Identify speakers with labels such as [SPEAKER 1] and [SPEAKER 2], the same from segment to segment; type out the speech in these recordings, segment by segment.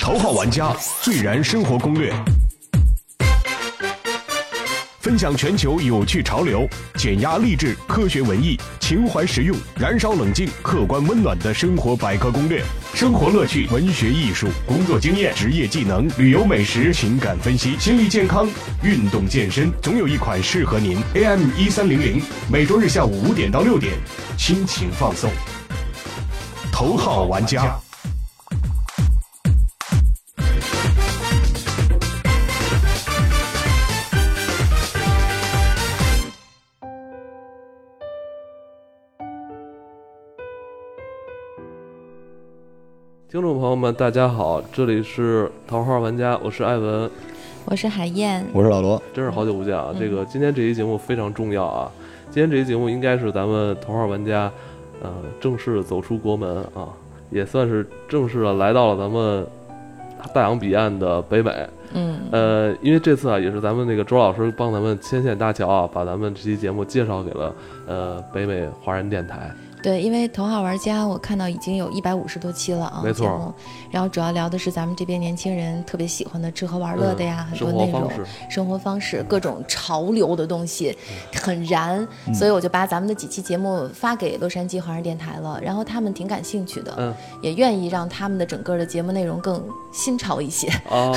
[SPEAKER 1] 头号玩家最燃生活攻略，分享全球有趣潮流，减压励志、科学文艺、情怀实用、燃烧冷静、客观温暖的生活百科攻略，生活乐趣、文学艺术、工作经验、职业技能、旅游美食、情感分析、心理健康、运动健身，总有一款适合您。AM 一三零零，每周日下午五点到六点，亲情放送。头号玩家。
[SPEAKER 2] 听众朋友们，大家好，这里是桃花玩家，我是艾文，
[SPEAKER 3] 我是海燕，
[SPEAKER 4] 我是老罗，
[SPEAKER 2] 真是好久不见啊！
[SPEAKER 3] 嗯
[SPEAKER 2] 这个今天这期节目非常重要啊，今天这期节目应该是咱们桃花玩家，呃，正式走出国门啊，也算是正式的来到了咱们大洋彼岸的北美。
[SPEAKER 3] 嗯，
[SPEAKER 2] 呃，因为这次啊，也是咱们那个周老师帮咱们牵线搭桥啊，把咱们这期节目介绍给了呃北美华人电台。
[SPEAKER 3] 对，因为《头号玩家》我看到已经有一百五十多期了啊，
[SPEAKER 2] 没错
[SPEAKER 3] 节目。然后主要聊的是咱们这边年轻人特别喜欢的吃喝玩乐的呀，
[SPEAKER 2] 嗯
[SPEAKER 3] 很
[SPEAKER 2] 生
[SPEAKER 3] 多
[SPEAKER 2] 活
[SPEAKER 3] 内容
[SPEAKER 2] 方、式，
[SPEAKER 3] 生活方式、各种潮流的东西，很燃。
[SPEAKER 2] 嗯
[SPEAKER 3] 所以我就把咱们的几期节目发给洛杉矶华人电台了，然后他们挺感兴趣的，
[SPEAKER 2] 嗯
[SPEAKER 3] 也愿意让他们的整个的节目内容更新潮一些，
[SPEAKER 2] 啊。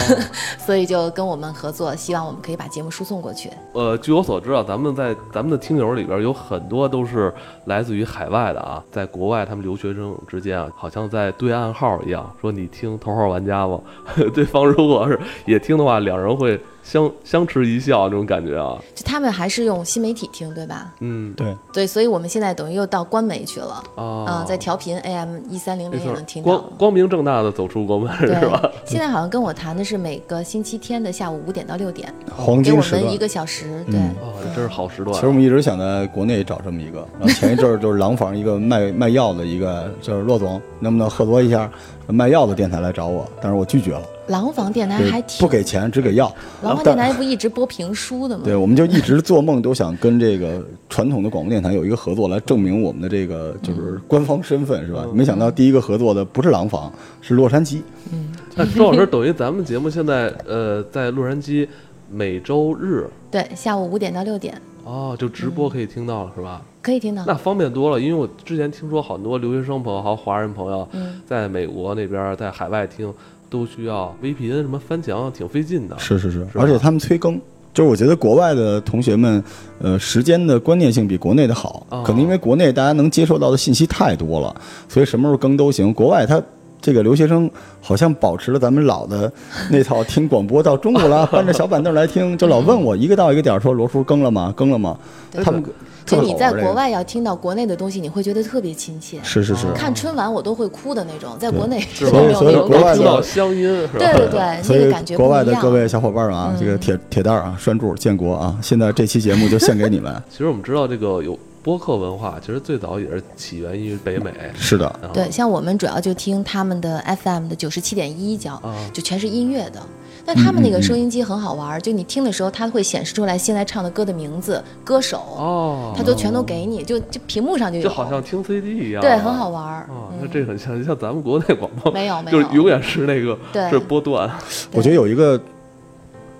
[SPEAKER 3] 所以就跟我们合作，希望我们可以把节目输送过去。
[SPEAKER 2] 呃，据我所知啊，咱们在咱们的听友里边有很多都是来自于海外的啊，在国外他们留学生之间啊，好像在对暗号一样，说你听头号玩家吗？ 对方如果是也听的话，两人会相相持一笑那种感觉啊。
[SPEAKER 3] 就他们还是用新媒体听，对吧？
[SPEAKER 2] 嗯
[SPEAKER 4] 对，
[SPEAKER 3] 对，所以我们现在等于又到官媒去了，
[SPEAKER 2] 啊，
[SPEAKER 3] 嗯，在调频 AM 一三零
[SPEAKER 2] 没
[SPEAKER 3] 零也
[SPEAKER 2] 错
[SPEAKER 3] 能听到
[SPEAKER 2] 光
[SPEAKER 3] 了。
[SPEAKER 2] 光明正大的走出国门
[SPEAKER 3] 对
[SPEAKER 2] 是吧？，
[SPEAKER 3] 现在好像跟我谈的是每个星期天的下午五点到六点，
[SPEAKER 4] 黄
[SPEAKER 3] 给我
[SPEAKER 4] 金时
[SPEAKER 3] 们
[SPEAKER 4] 段
[SPEAKER 3] 一。个小时。对，
[SPEAKER 4] 嗯
[SPEAKER 2] 哦，这真是好时段
[SPEAKER 4] 其实我们一直想在国内找这么一个，然后前一阵儿就是廊坊一个卖卖药的一个，就是骆总能不能合作一下卖药的电台来找我，但是我拒绝了，
[SPEAKER 3] 廊坊电台
[SPEAKER 4] 就是
[SPEAKER 3] 哎还挺
[SPEAKER 4] 不，给钱只给药。
[SPEAKER 3] 廊坊
[SPEAKER 4] 但
[SPEAKER 3] 电台不一直播评书的吗？
[SPEAKER 4] 对，我们就一直做梦都想跟这个传统的广播电台有一个合作，来证明我们的这个就是官方身份是吧？没想到第一个合作的不是廊坊，是洛杉矶。
[SPEAKER 2] 那周老师等于咱们节目现在呃在洛杉矶每周日
[SPEAKER 3] 对，下午五点到六点
[SPEAKER 2] 哦就直
[SPEAKER 3] 嗯
[SPEAKER 2] 播可以听到了是吧？
[SPEAKER 3] 可以听到
[SPEAKER 2] 那。方便多了，因为我之前听说很多留学生朋友和华人朋友
[SPEAKER 3] 嗯，
[SPEAKER 2] 在美国那边在海外听，都需要 VPN 什么翻墙，挺费劲的。
[SPEAKER 4] 是是是，
[SPEAKER 2] 吧
[SPEAKER 4] 而且他们催更，就是我觉得国外的同学们，呃，时间的观念性比国内的好
[SPEAKER 2] 哦，
[SPEAKER 4] 可能因为国内大家能接受到的信息太多了，所以什么时候更都行。国外他。这个留学生好像保持了咱们老的那套听广播到中午了，搬着小板凳来听，就老问我一个到一个点儿说罗叔更了吗？更了吗？
[SPEAKER 3] 对
[SPEAKER 4] 他们特
[SPEAKER 3] 就
[SPEAKER 4] 别
[SPEAKER 3] 你
[SPEAKER 4] 好
[SPEAKER 3] 在
[SPEAKER 4] 玩这
[SPEAKER 3] 国
[SPEAKER 4] 个。
[SPEAKER 3] 外要听到国内的东西，你会觉得特别亲切。
[SPEAKER 4] 是是是，
[SPEAKER 3] 看春晚我都会哭的那种，在国内
[SPEAKER 2] 是
[SPEAKER 3] 都
[SPEAKER 2] 吧
[SPEAKER 3] 没有
[SPEAKER 4] 所以
[SPEAKER 3] 那
[SPEAKER 4] 所
[SPEAKER 3] 种
[SPEAKER 4] 以国外
[SPEAKER 3] 感
[SPEAKER 4] 的
[SPEAKER 2] 知道
[SPEAKER 3] 觉。
[SPEAKER 2] 乡音是
[SPEAKER 3] 对
[SPEAKER 2] 吧？
[SPEAKER 3] 对对，
[SPEAKER 4] 所
[SPEAKER 3] 那
[SPEAKER 4] 以
[SPEAKER 3] 个感觉不
[SPEAKER 4] 国
[SPEAKER 3] 一
[SPEAKER 4] 外的
[SPEAKER 3] 样。
[SPEAKER 4] 各位小伙伴儿啊，这个铁铁蛋儿啊，拴住建国啊，现在这期节目就献给你们。
[SPEAKER 2] 其实我们知道这个有播客文化，其实最早也是起源于北美。
[SPEAKER 4] 是的，
[SPEAKER 2] 然后
[SPEAKER 3] 对，像我们主要就听他们的 FM 的九十七点一叫，
[SPEAKER 2] 啊
[SPEAKER 3] 就全是音乐的。但他们那
[SPEAKER 4] 嗯
[SPEAKER 3] 个
[SPEAKER 4] 嗯
[SPEAKER 3] 收音机很好玩儿，就你听的时候，它会显示出来现在唱的歌的名字、歌手，
[SPEAKER 2] 哦，
[SPEAKER 3] 它都全都给你，就就屏幕上就有，
[SPEAKER 2] 就好像听 CD 一样。啊
[SPEAKER 3] 对，很好。玩儿。
[SPEAKER 2] 哦，那
[SPEAKER 3] 嗯
[SPEAKER 2] 这很像像咱们国内广播，
[SPEAKER 3] 没有没
[SPEAKER 2] 就
[SPEAKER 3] 有
[SPEAKER 2] 是，永远是那个
[SPEAKER 3] 对
[SPEAKER 2] 是波段。
[SPEAKER 4] 我觉得有一个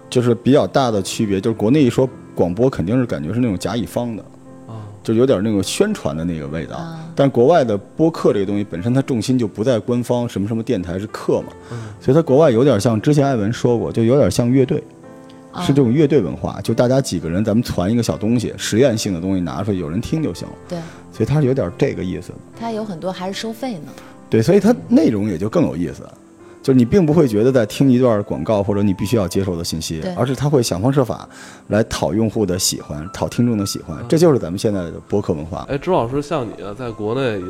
[SPEAKER 4] 就是比较大的区别，就是国内一说广播，肯定是感觉是那种甲乙方的，
[SPEAKER 2] 啊
[SPEAKER 4] 就有点那种宣传的那个味道。
[SPEAKER 3] 啊
[SPEAKER 4] 但国外的播客这个东西本身，它重心就不在官方什么什么电台是客嘛，
[SPEAKER 2] 嗯
[SPEAKER 4] 所以它国外有点像之前艾文说过，就有点像乐队，
[SPEAKER 3] 啊
[SPEAKER 4] 是这种乐队文化，就大家几个人咱们传一个小东西，实验性的东西拿出来，有人听就行了。
[SPEAKER 3] 对，
[SPEAKER 4] 所以它是有点这个意思的。
[SPEAKER 3] 它有很多还是收费呢。
[SPEAKER 4] 对，所以它内容也就更有意思，就是你并不会觉得在听一段广告或者你必须要接受的信息
[SPEAKER 3] 对，
[SPEAKER 4] 而是它会想方设法来讨用户的喜欢，讨听众的喜欢，这就是咱们现在的播客文化。
[SPEAKER 2] 哎，周老师，像你啊在国内也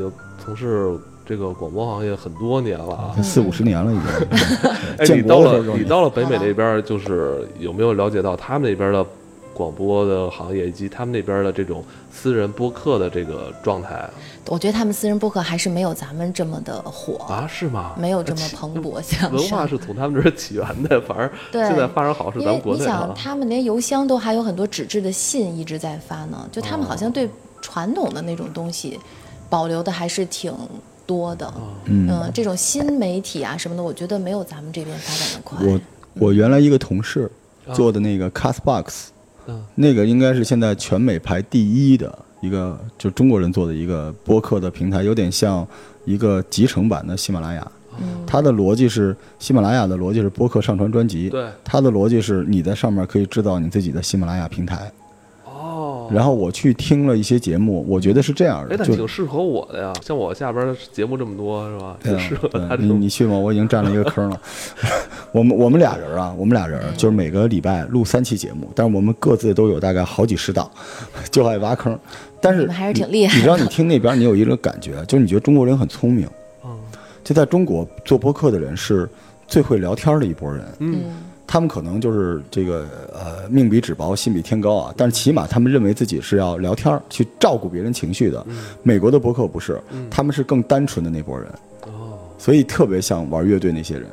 [SPEAKER 2] 从事这个广播行业很多年了啊，
[SPEAKER 4] 四五十年了已经，
[SPEAKER 2] 哎，你
[SPEAKER 4] 建
[SPEAKER 2] 到
[SPEAKER 4] 国的
[SPEAKER 2] 了
[SPEAKER 4] 时候
[SPEAKER 2] 你
[SPEAKER 4] 就
[SPEAKER 2] 到了北美那边儿，就是有没有了解到他们那边的广播的行业以及他们那边的这种私人播客的这个状态啊
[SPEAKER 3] 我觉得他们私人播客还是没有咱们这么的火，
[SPEAKER 2] 啊？是吗？
[SPEAKER 3] 没有这么蓬勃向
[SPEAKER 2] 文化
[SPEAKER 3] 上。
[SPEAKER 2] 是从他们这儿起源的，反而
[SPEAKER 3] 对
[SPEAKER 2] 现在发展好是
[SPEAKER 3] 因
[SPEAKER 2] 咱
[SPEAKER 3] 为
[SPEAKER 2] 们国
[SPEAKER 3] 你
[SPEAKER 2] 内
[SPEAKER 3] 想，
[SPEAKER 2] 啊。
[SPEAKER 3] 他们连邮箱都还有很多纸质的信一直
[SPEAKER 2] 哦
[SPEAKER 3] 在发呢，就他们好像对传统的那种东西保留的还是挺多
[SPEAKER 2] 哦
[SPEAKER 3] 的。嗯、这种新媒体啊什么的，我觉得没有咱们这边发展的快。
[SPEAKER 4] 我我原来一个同事做的那个 Castbox，、
[SPEAKER 2] 嗯
[SPEAKER 4] 那个应该是现在全美排第一的一个，就中国人做的一个播客的平台，有点像一个集成版的喜马拉雅。它的逻辑是喜马拉雅的逻辑是播客上传专辑，
[SPEAKER 2] 对
[SPEAKER 4] 它的逻辑是你在上面可以制造你自己的喜马拉雅平台。
[SPEAKER 2] 哦，
[SPEAKER 4] 然后我去听了一些节目，我觉得是这样
[SPEAKER 2] 哎，
[SPEAKER 4] 的，
[SPEAKER 2] 那
[SPEAKER 4] 就
[SPEAKER 2] 挺适合我的呀，像我下边节目这么多是吧？
[SPEAKER 4] 对
[SPEAKER 2] 挺
[SPEAKER 4] 啊
[SPEAKER 2] 适合
[SPEAKER 4] 对啊
[SPEAKER 2] 他这
[SPEAKER 4] 你
[SPEAKER 2] 种
[SPEAKER 4] 你去吗？我已经占了一个 坑了。我们我们俩人啊，我们俩人就是每个礼拜录三期节目，但是我们各自都有大概好几十档，就爱挖坑。但是
[SPEAKER 3] 你们还是挺厉害
[SPEAKER 4] 你知道，你听那边你有一个感觉，就是你觉得中国人很聪明，
[SPEAKER 2] 嗯
[SPEAKER 4] 就在中国做播客的人是最会聊天的一拨人。
[SPEAKER 2] 嗯
[SPEAKER 4] 他们可能就是这个呃命比纸薄，心比天高啊，但是起码他们认为自己是要聊天儿，去照顾别人情绪
[SPEAKER 2] 嗯
[SPEAKER 4] 的。美国的播客不是，他们是更单纯的那拨人，
[SPEAKER 2] 哦，
[SPEAKER 4] 所以特别像玩乐队那些人。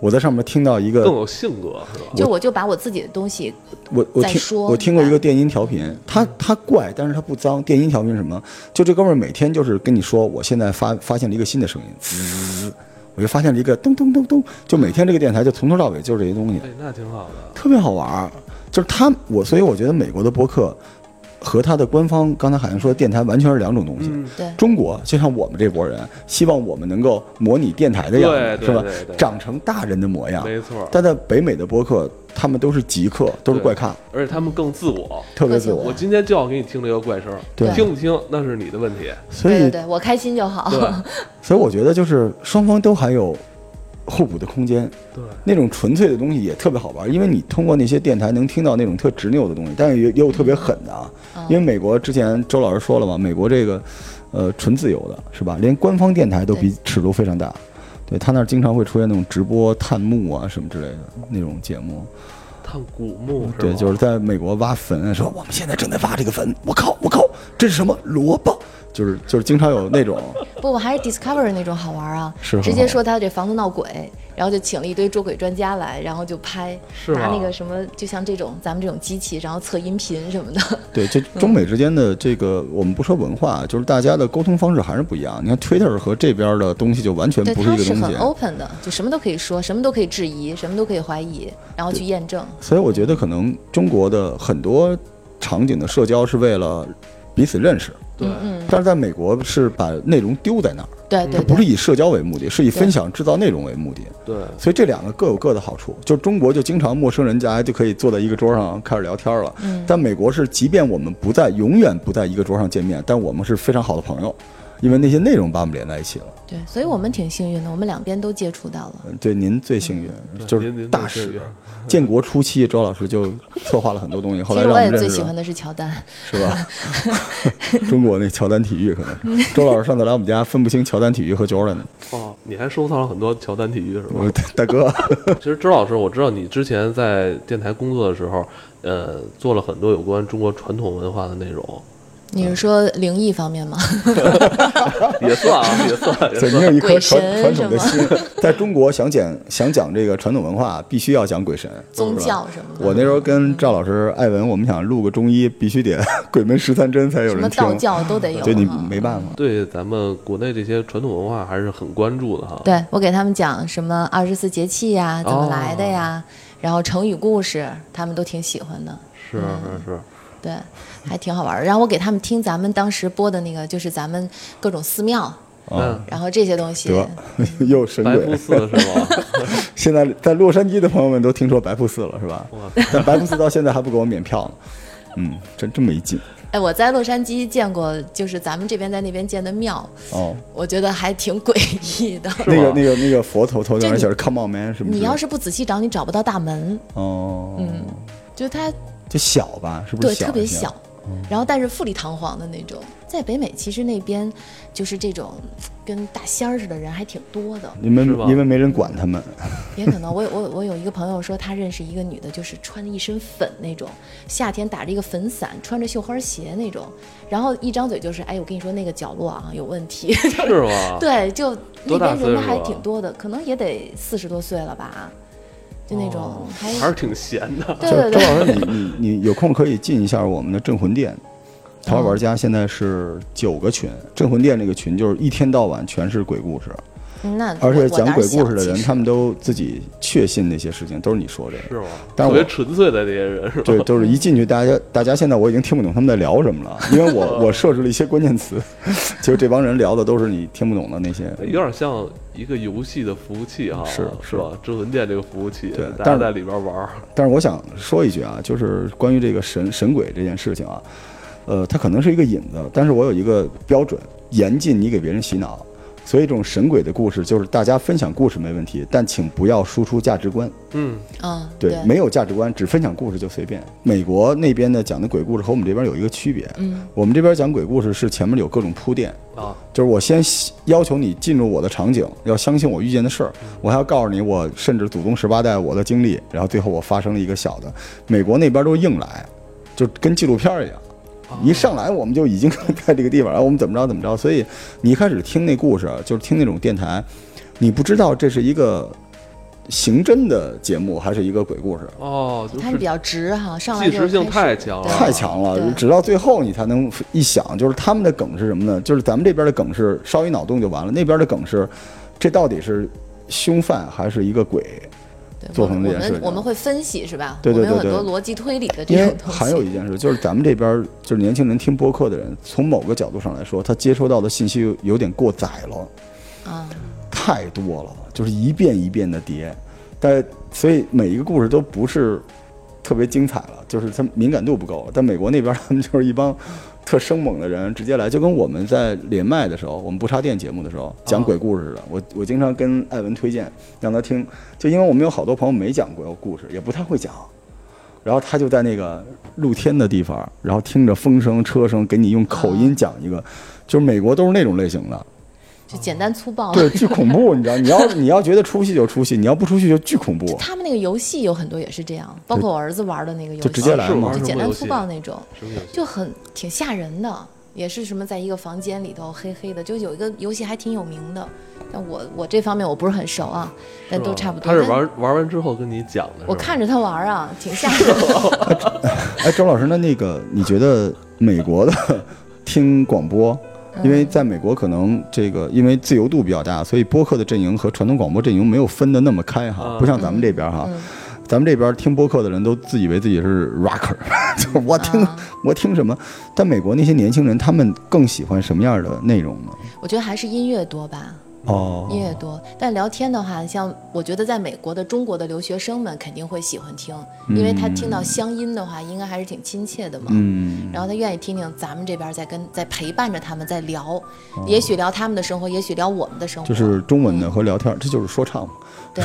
[SPEAKER 4] 我在上面听到一
[SPEAKER 2] 更
[SPEAKER 4] 个，
[SPEAKER 2] 有性格是吧？
[SPEAKER 3] 就我就把我自己的东西，
[SPEAKER 4] 我我
[SPEAKER 3] 再
[SPEAKER 4] 听
[SPEAKER 3] 说
[SPEAKER 4] 我听过一
[SPEAKER 3] 明
[SPEAKER 4] 个
[SPEAKER 3] 白嗯
[SPEAKER 4] 电音调频，他他怪，但是他不脏。电音调频是什么？就这哥们儿每天就是跟你说，我现在发发现了一个新的声音，滋，我就发现了一个咚咚咚咚，就每天这个电台就从头到尾就是这些东西。
[SPEAKER 2] 哎，那挺好的。
[SPEAKER 4] 特别好玩儿。就是他，我所以我觉得美国的播客和他的官方刚才海燕说的电台完全是两种东西。
[SPEAKER 2] 嗯
[SPEAKER 3] 对，
[SPEAKER 4] 中国就像我们这波人，希望我们能够模拟电台的样
[SPEAKER 2] 对
[SPEAKER 4] 子，
[SPEAKER 2] 对
[SPEAKER 4] 是吧
[SPEAKER 2] 对对？对
[SPEAKER 4] 长成大人的模样。
[SPEAKER 2] 没错，
[SPEAKER 4] 但在北美的播客，他们都是极客，都是
[SPEAKER 2] 对
[SPEAKER 4] 怪咖，
[SPEAKER 2] 而且他们更自我。
[SPEAKER 4] 特别自
[SPEAKER 3] 个性
[SPEAKER 2] 我
[SPEAKER 4] 我。
[SPEAKER 2] 今天就要给你听这个怪声，
[SPEAKER 4] 对
[SPEAKER 2] 听不听那是你的问题。
[SPEAKER 4] 所
[SPEAKER 3] 对对
[SPEAKER 4] 以，
[SPEAKER 3] 对，我开心就好。
[SPEAKER 2] 对
[SPEAKER 4] 所以我觉得就是双方都还有互补的空间。
[SPEAKER 2] 对，
[SPEAKER 4] 那种纯粹的东西也特别好玩，因为你通过那些电台能听到那种特执拗的东西，但是也也有特别狠的啊。
[SPEAKER 3] 嗯
[SPEAKER 4] 因为美国之前周老师说了嘛，美国这个呃纯自由的是吧？连官方电台都比尺度非常大，对他那儿经常会出现那种直播探墓啊什么之类的那种节目。
[SPEAKER 2] 探古墓是吧？
[SPEAKER 4] 对，就是在美国挖坟，说我们现在正在挖这个坟，我靠我靠，这是什么萝卜？就是就是经常有那种
[SPEAKER 3] 不，我还是 Discover 那种好玩啊，
[SPEAKER 4] 是很
[SPEAKER 3] 直
[SPEAKER 4] 好玩
[SPEAKER 3] 接说他这房子闹鬼，然后就请了一堆捉鬼专家来，然后就拍，
[SPEAKER 2] 是
[SPEAKER 3] 拿
[SPEAKER 2] 吗
[SPEAKER 3] 那个什么，就像这种咱们这种机器，然后测音频什么的。
[SPEAKER 4] 对，这
[SPEAKER 3] 嗯
[SPEAKER 4] 中美之间的这个，我们不说文化，就是大家的沟通方式还是不一样。你看 Twitter 和这边的东西就完全
[SPEAKER 3] 对，
[SPEAKER 4] 不是
[SPEAKER 3] 他
[SPEAKER 4] 一个
[SPEAKER 3] 是
[SPEAKER 4] 东
[SPEAKER 3] 很
[SPEAKER 4] 西，
[SPEAKER 3] open 的，就什么都可以说，什么都可以质疑，什么都可以怀疑，然后去验证。
[SPEAKER 4] 所以我觉得可能中国的很多场景的社交是为了彼此认识，
[SPEAKER 2] 对，
[SPEAKER 3] 嗯
[SPEAKER 4] 但是在美国是把内容丢在那儿，
[SPEAKER 3] 对对
[SPEAKER 4] 嗯不是
[SPEAKER 3] 对，
[SPEAKER 4] 以社交为目的，是以分享制造内容为目的。
[SPEAKER 2] 对，
[SPEAKER 4] 所以这两个各有各的好处。就中国就经常陌生人家就可以坐在一个桌上开始聊天了，
[SPEAKER 3] 嗯
[SPEAKER 4] 但美国是即便我们不在永远不在一个桌上见面，但我们是非常好的朋友，因为那些内容把我们连在一起了。
[SPEAKER 3] 对，所以我们挺幸运的，我们两边都接触到了。
[SPEAKER 4] 嗯对，您最幸运，就
[SPEAKER 2] 嗯
[SPEAKER 4] 是
[SPEAKER 2] 您您
[SPEAKER 4] 大
[SPEAKER 2] 最幸
[SPEAKER 4] 使
[SPEAKER 2] 运。
[SPEAKER 4] 建国初期，周老师就策划了很多 东西，后
[SPEAKER 3] 其
[SPEAKER 4] 来
[SPEAKER 3] 实
[SPEAKER 4] 让
[SPEAKER 3] 我
[SPEAKER 4] 我
[SPEAKER 3] 也
[SPEAKER 4] 们
[SPEAKER 3] 最
[SPEAKER 4] 认
[SPEAKER 3] 喜
[SPEAKER 4] 识
[SPEAKER 3] 欢
[SPEAKER 4] 了，
[SPEAKER 3] 的是乔 丹，
[SPEAKER 4] 是吧？中国那乔丹体育可 能是。周老师上次来我们家，分不清乔丹体育和 Jordan 呢。
[SPEAKER 2] 哦，你还收藏了很多乔丹体育是吧？
[SPEAKER 4] 我大 哥，
[SPEAKER 2] 其实周老师，我知道你之前在电台工作的时候，呃，做了很多有关中国传统文化的内 容，
[SPEAKER 3] 你是说灵异方面吗？
[SPEAKER 2] 也算啊，也 算，也
[SPEAKER 4] 对，你有
[SPEAKER 2] 算。
[SPEAKER 4] 一颗
[SPEAKER 3] 鬼
[SPEAKER 4] 传
[SPEAKER 3] 神
[SPEAKER 4] 传统的
[SPEAKER 3] 是
[SPEAKER 4] 心。在中国想讲想讲这个传统文化，必须要讲鬼神、
[SPEAKER 3] 宗
[SPEAKER 4] 是吧。
[SPEAKER 3] 教什么的？
[SPEAKER 4] 我那时候跟赵老师、艾文，我们想录个中医，必须得鬼门十三针才有
[SPEAKER 3] 什么
[SPEAKER 4] 人
[SPEAKER 3] 道
[SPEAKER 4] 听。
[SPEAKER 3] 教都得有。啊
[SPEAKER 4] 对你
[SPEAKER 3] 哈
[SPEAKER 4] 没办法，
[SPEAKER 2] 对咱们国内这些传统文化还是很关注的哈。
[SPEAKER 3] 对我给他们讲什么二十四节气呀、怎么来的
[SPEAKER 4] 哦
[SPEAKER 3] 呀，然后成语故事，他们都挺喜欢的，
[SPEAKER 2] 是
[SPEAKER 3] 嗯
[SPEAKER 2] 是是，
[SPEAKER 3] 对，还挺好玩儿。然后我给他们听咱们当时播的那个，就是咱们各种寺庙，
[SPEAKER 2] 嗯，
[SPEAKER 3] 然后这些东西。
[SPEAKER 4] 得
[SPEAKER 3] 嗯
[SPEAKER 4] 又神
[SPEAKER 2] 白布
[SPEAKER 4] 鬼。
[SPEAKER 2] 寺是 吗？
[SPEAKER 4] 现在在洛杉矶的朋友们都听说白布寺了，是吧？
[SPEAKER 2] 哇
[SPEAKER 4] 但白布寺到现在还不给我免票呢。嗯，真真没劲
[SPEAKER 3] 哎，我在洛杉矶见过，就是咱们这边在那边建的庙，
[SPEAKER 4] 哦。
[SPEAKER 3] 我觉得还挺诡异的。
[SPEAKER 2] 吗
[SPEAKER 4] 那个那个那个佛头头顶
[SPEAKER 3] 就
[SPEAKER 4] 上
[SPEAKER 3] 你
[SPEAKER 4] 写着 “Come on man” 什么之
[SPEAKER 3] 你
[SPEAKER 4] 类的？
[SPEAKER 3] 要是不仔细找，你找不到大门，
[SPEAKER 4] 哦，嗯，
[SPEAKER 3] 就它
[SPEAKER 4] 就小吧，是不是
[SPEAKER 3] 对
[SPEAKER 4] 小？嗯
[SPEAKER 3] 特别小。，然后但是富丽堂皇的那种。在北美其实那边就是这种跟大仙儿似的人还挺多的，
[SPEAKER 4] 你们
[SPEAKER 2] 是吧
[SPEAKER 4] 因为没人管他们，
[SPEAKER 3] 也可能我有我有我有一个朋友说，他认识一个女的，就是穿着一身粉那种，夏天打着一个粉伞，穿着绣花鞋那种，然后一张嘴就是，哎，我跟你说那个角落啊有问题。
[SPEAKER 2] 是
[SPEAKER 4] 啊
[SPEAKER 2] 吗？
[SPEAKER 3] 对，就
[SPEAKER 2] 多
[SPEAKER 3] 那
[SPEAKER 2] 大
[SPEAKER 3] 边
[SPEAKER 2] 岁
[SPEAKER 3] 人
[SPEAKER 2] 数
[SPEAKER 3] 还
[SPEAKER 2] 啊
[SPEAKER 3] 挺多的，可能也得四十多岁了吧，就那种
[SPEAKER 2] 哦
[SPEAKER 3] 还
[SPEAKER 2] 还是挺闲的。
[SPEAKER 3] 对
[SPEAKER 4] 就
[SPEAKER 3] 对
[SPEAKER 4] 啊周
[SPEAKER 3] 对
[SPEAKER 4] 老师，你你你有空可以进一下我们的镇魂殿，头号玩家现在是九个群，镇魂殿这个群就是一天到晚全是鬼故事，
[SPEAKER 3] 那
[SPEAKER 4] 而
[SPEAKER 3] 我
[SPEAKER 4] 且
[SPEAKER 3] 我哪
[SPEAKER 4] 讲
[SPEAKER 3] 儿
[SPEAKER 4] 鬼故
[SPEAKER 3] 想
[SPEAKER 4] 事的
[SPEAKER 3] 其
[SPEAKER 4] 人，
[SPEAKER 3] 实
[SPEAKER 4] 他们都自己确信那些事情，都是你说这个，
[SPEAKER 2] 是吗？
[SPEAKER 4] 但
[SPEAKER 2] 特
[SPEAKER 4] 是
[SPEAKER 2] 别
[SPEAKER 4] 我
[SPEAKER 2] 纯粹的这些人是吧？
[SPEAKER 4] 对，就是一进去，大家大家现在我已经听不懂他们在聊什么了，因为 我我设置了一些关键词， 就这帮人聊的都是你听不懂的那些。
[SPEAKER 2] 有点像一个游戏的服务器哈，
[SPEAKER 4] 是
[SPEAKER 2] 是吧？镇魂殿这个服务器，
[SPEAKER 4] 对
[SPEAKER 2] 大
[SPEAKER 4] 但
[SPEAKER 2] 家
[SPEAKER 4] 是
[SPEAKER 2] 在里边玩儿，
[SPEAKER 4] 但是我想说一句啊，就是关于这个神神鬼这件事情啊，呃，它可能是一个引子，但是我有一个标准，严禁你给别人洗脑。所以这种神鬼的故事，就是大家分享故事没问题，但请不要输出价值观。
[SPEAKER 2] 嗯，
[SPEAKER 3] 嗯，
[SPEAKER 4] 对，没有价值观，只分享故事就随便。美国那边呢讲的鬼故事和我们这边有一个区别，
[SPEAKER 3] 嗯，
[SPEAKER 4] 我们这边讲鬼故事是前面有各种铺垫，
[SPEAKER 2] 啊，
[SPEAKER 4] 就是我先要求你进入我的场景，要相信我遇见的事儿，我还要告诉你我甚至祖宗十八代我的经历，然后最后我发生了一个小的。美国那边都硬来，就跟纪录片儿一样，一上来我们就已经在这个地方，然后我们怎么着怎么着。所以你一开始听那故事，就是听那种电台，你不知道这是一个刑侦的节目还是一个鬼故事。
[SPEAKER 2] 哦，就
[SPEAKER 3] 他是
[SPEAKER 2] 是
[SPEAKER 3] 比较直哈，上来
[SPEAKER 2] 即
[SPEAKER 3] 就
[SPEAKER 2] 时性太
[SPEAKER 3] 开始
[SPEAKER 2] 强
[SPEAKER 3] 对
[SPEAKER 2] 了
[SPEAKER 4] 太强了，
[SPEAKER 3] 对
[SPEAKER 4] 直到最后你才能一想，就是他们的梗是什么呢？就是咱们这边的梗是稍一脑洞就完了，那边的梗是，这到底是凶犯还是一个鬼？
[SPEAKER 3] 对
[SPEAKER 4] 做
[SPEAKER 3] 我
[SPEAKER 4] 成
[SPEAKER 3] 们
[SPEAKER 4] 这件
[SPEAKER 3] 我
[SPEAKER 4] 事
[SPEAKER 3] 们我
[SPEAKER 4] 情
[SPEAKER 3] 们会分析是吧？
[SPEAKER 4] 对对
[SPEAKER 3] 我们
[SPEAKER 4] 对
[SPEAKER 3] 有很
[SPEAKER 4] 对
[SPEAKER 3] 多逻辑推理的这
[SPEAKER 4] 因为
[SPEAKER 3] 种东西。
[SPEAKER 4] 还有一件事，就是咱们这边就是年轻人听播客的人，从某个角度上来说，他接收到的信息有有点过载了，
[SPEAKER 3] 啊，
[SPEAKER 4] 太多了，就是一遍一遍的叠，但所以每一个故事都不是特别精彩了，就是他敏感度不够。但美国那边他们就是一帮特生猛的人，直接来，就跟我们在连麦的时候，我们不插电节目的时候讲鬼故事似的。我我经常跟艾文推荐让他听，就因为我们有好多朋友没讲过故事，也不太会讲。然后他就在那个露天的地方，然后听着风声、车声，给你用口音讲一个，就是美国都是那种类型的，
[SPEAKER 3] 就简单粗暴。
[SPEAKER 4] 对，巨恐怖，你知道？你要你要觉得出戏就出戏，你要不出戏就巨 恐怖。
[SPEAKER 3] 他们那个游戏有很多也是这样，包括我儿子玩的那个游戏，
[SPEAKER 4] 就直接来
[SPEAKER 2] 啊是
[SPEAKER 4] 嘛
[SPEAKER 2] 玩
[SPEAKER 3] 就
[SPEAKER 2] 什
[SPEAKER 3] 简
[SPEAKER 2] 么
[SPEAKER 3] 单
[SPEAKER 2] 游
[SPEAKER 3] 粗
[SPEAKER 2] 戏？
[SPEAKER 3] 暴那种，
[SPEAKER 2] 什么游戏？
[SPEAKER 3] 就很挺吓人的，也是什么在一个房间里头黑黑的，就有一个游戏还挺有名的，但我我这方面我不是很熟啊，但
[SPEAKER 2] 是
[SPEAKER 3] 都
[SPEAKER 2] 吧
[SPEAKER 3] 差不多。
[SPEAKER 2] 他是
[SPEAKER 3] 但
[SPEAKER 2] 玩玩完之后跟你讲的是吧，
[SPEAKER 3] 我看着他玩啊，挺吓人 的。
[SPEAKER 4] 哎，周老师，那那个你觉得美国的 听广播，因为在美国可能这个因为自由度比较大，所以播客的阵营和传统广播阵营没有分得那么开哈
[SPEAKER 2] 嗯，
[SPEAKER 4] 不像咱们这边哈
[SPEAKER 3] 嗯。
[SPEAKER 4] 咱们这边听播客的人都自以为自己是 rocker，就是 我听
[SPEAKER 3] 啊
[SPEAKER 4] 我听什么。但美国那些年轻人，他们更喜欢什么样的内容呢？
[SPEAKER 3] 我觉得还是音乐多吧，
[SPEAKER 4] 哦
[SPEAKER 3] 音乐多。但聊天的话，像我觉得在美国的中国的留学生们肯定会喜欢听，
[SPEAKER 2] 嗯
[SPEAKER 3] 因为他听到乡音的话，应该还是挺亲切的嘛。
[SPEAKER 4] 嗯，
[SPEAKER 3] 然后他愿意听听咱们这边在跟在陪伴着他们在聊，
[SPEAKER 2] 哦
[SPEAKER 3] 也许聊他们的生活，也许聊我们的生活，
[SPEAKER 4] 就是中文的和聊天儿，这就是说唱嘛，
[SPEAKER 3] 对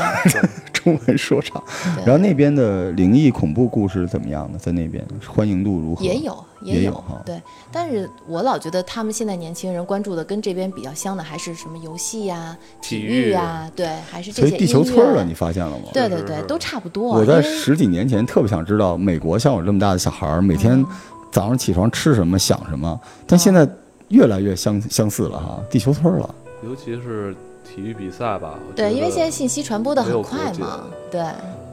[SPEAKER 4] 中文说唱。
[SPEAKER 3] 对
[SPEAKER 4] 然后那边的灵异恐怖故事怎么样呢？在那边欢迎度如何？
[SPEAKER 3] 也有
[SPEAKER 4] 也有
[SPEAKER 3] 有
[SPEAKER 4] 哈
[SPEAKER 3] 对。但是我老觉得他们现在年轻人关注的跟这边比较像的还是什么游戏呀、体
[SPEAKER 2] 体
[SPEAKER 3] 育
[SPEAKER 2] 育
[SPEAKER 3] 呀、对，还是这
[SPEAKER 4] 所
[SPEAKER 3] 些
[SPEAKER 4] 以地球村儿
[SPEAKER 3] 音乐啊
[SPEAKER 4] 了，你发现了吗？
[SPEAKER 3] 对
[SPEAKER 2] 是
[SPEAKER 3] 对
[SPEAKER 2] 是
[SPEAKER 3] 对，
[SPEAKER 2] 是
[SPEAKER 3] 都差不多。
[SPEAKER 4] 我
[SPEAKER 3] 因
[SPEAKER 4] 在
[SPEAKER 3] 为
[SPEAKER 4] 十几年前特别想知道美国像我这么大的小孩儿每
[SPEAKER 3] 嗯
[SPEAKER 4] 天早上起床吃什么想什么，但现在越来越相相似了哈，地球村儿了。
[SPEAKER 2] 尤其是体育比赛吧，我
[SPEAKER 3] 对，
[SPEAKER 2] 觉
[SPEAKER 3] 因为
[SPEAKER 2] 得
[SPEAKER 3] 现在信息传播的
[SPEAKER 2] 没
[SPEAKER 3] 很
[SPEAKER 2] 有国
[SPEAKER 3] 快
[SPEAKER 2] 界
[SPEAKER 3] 嘛，对，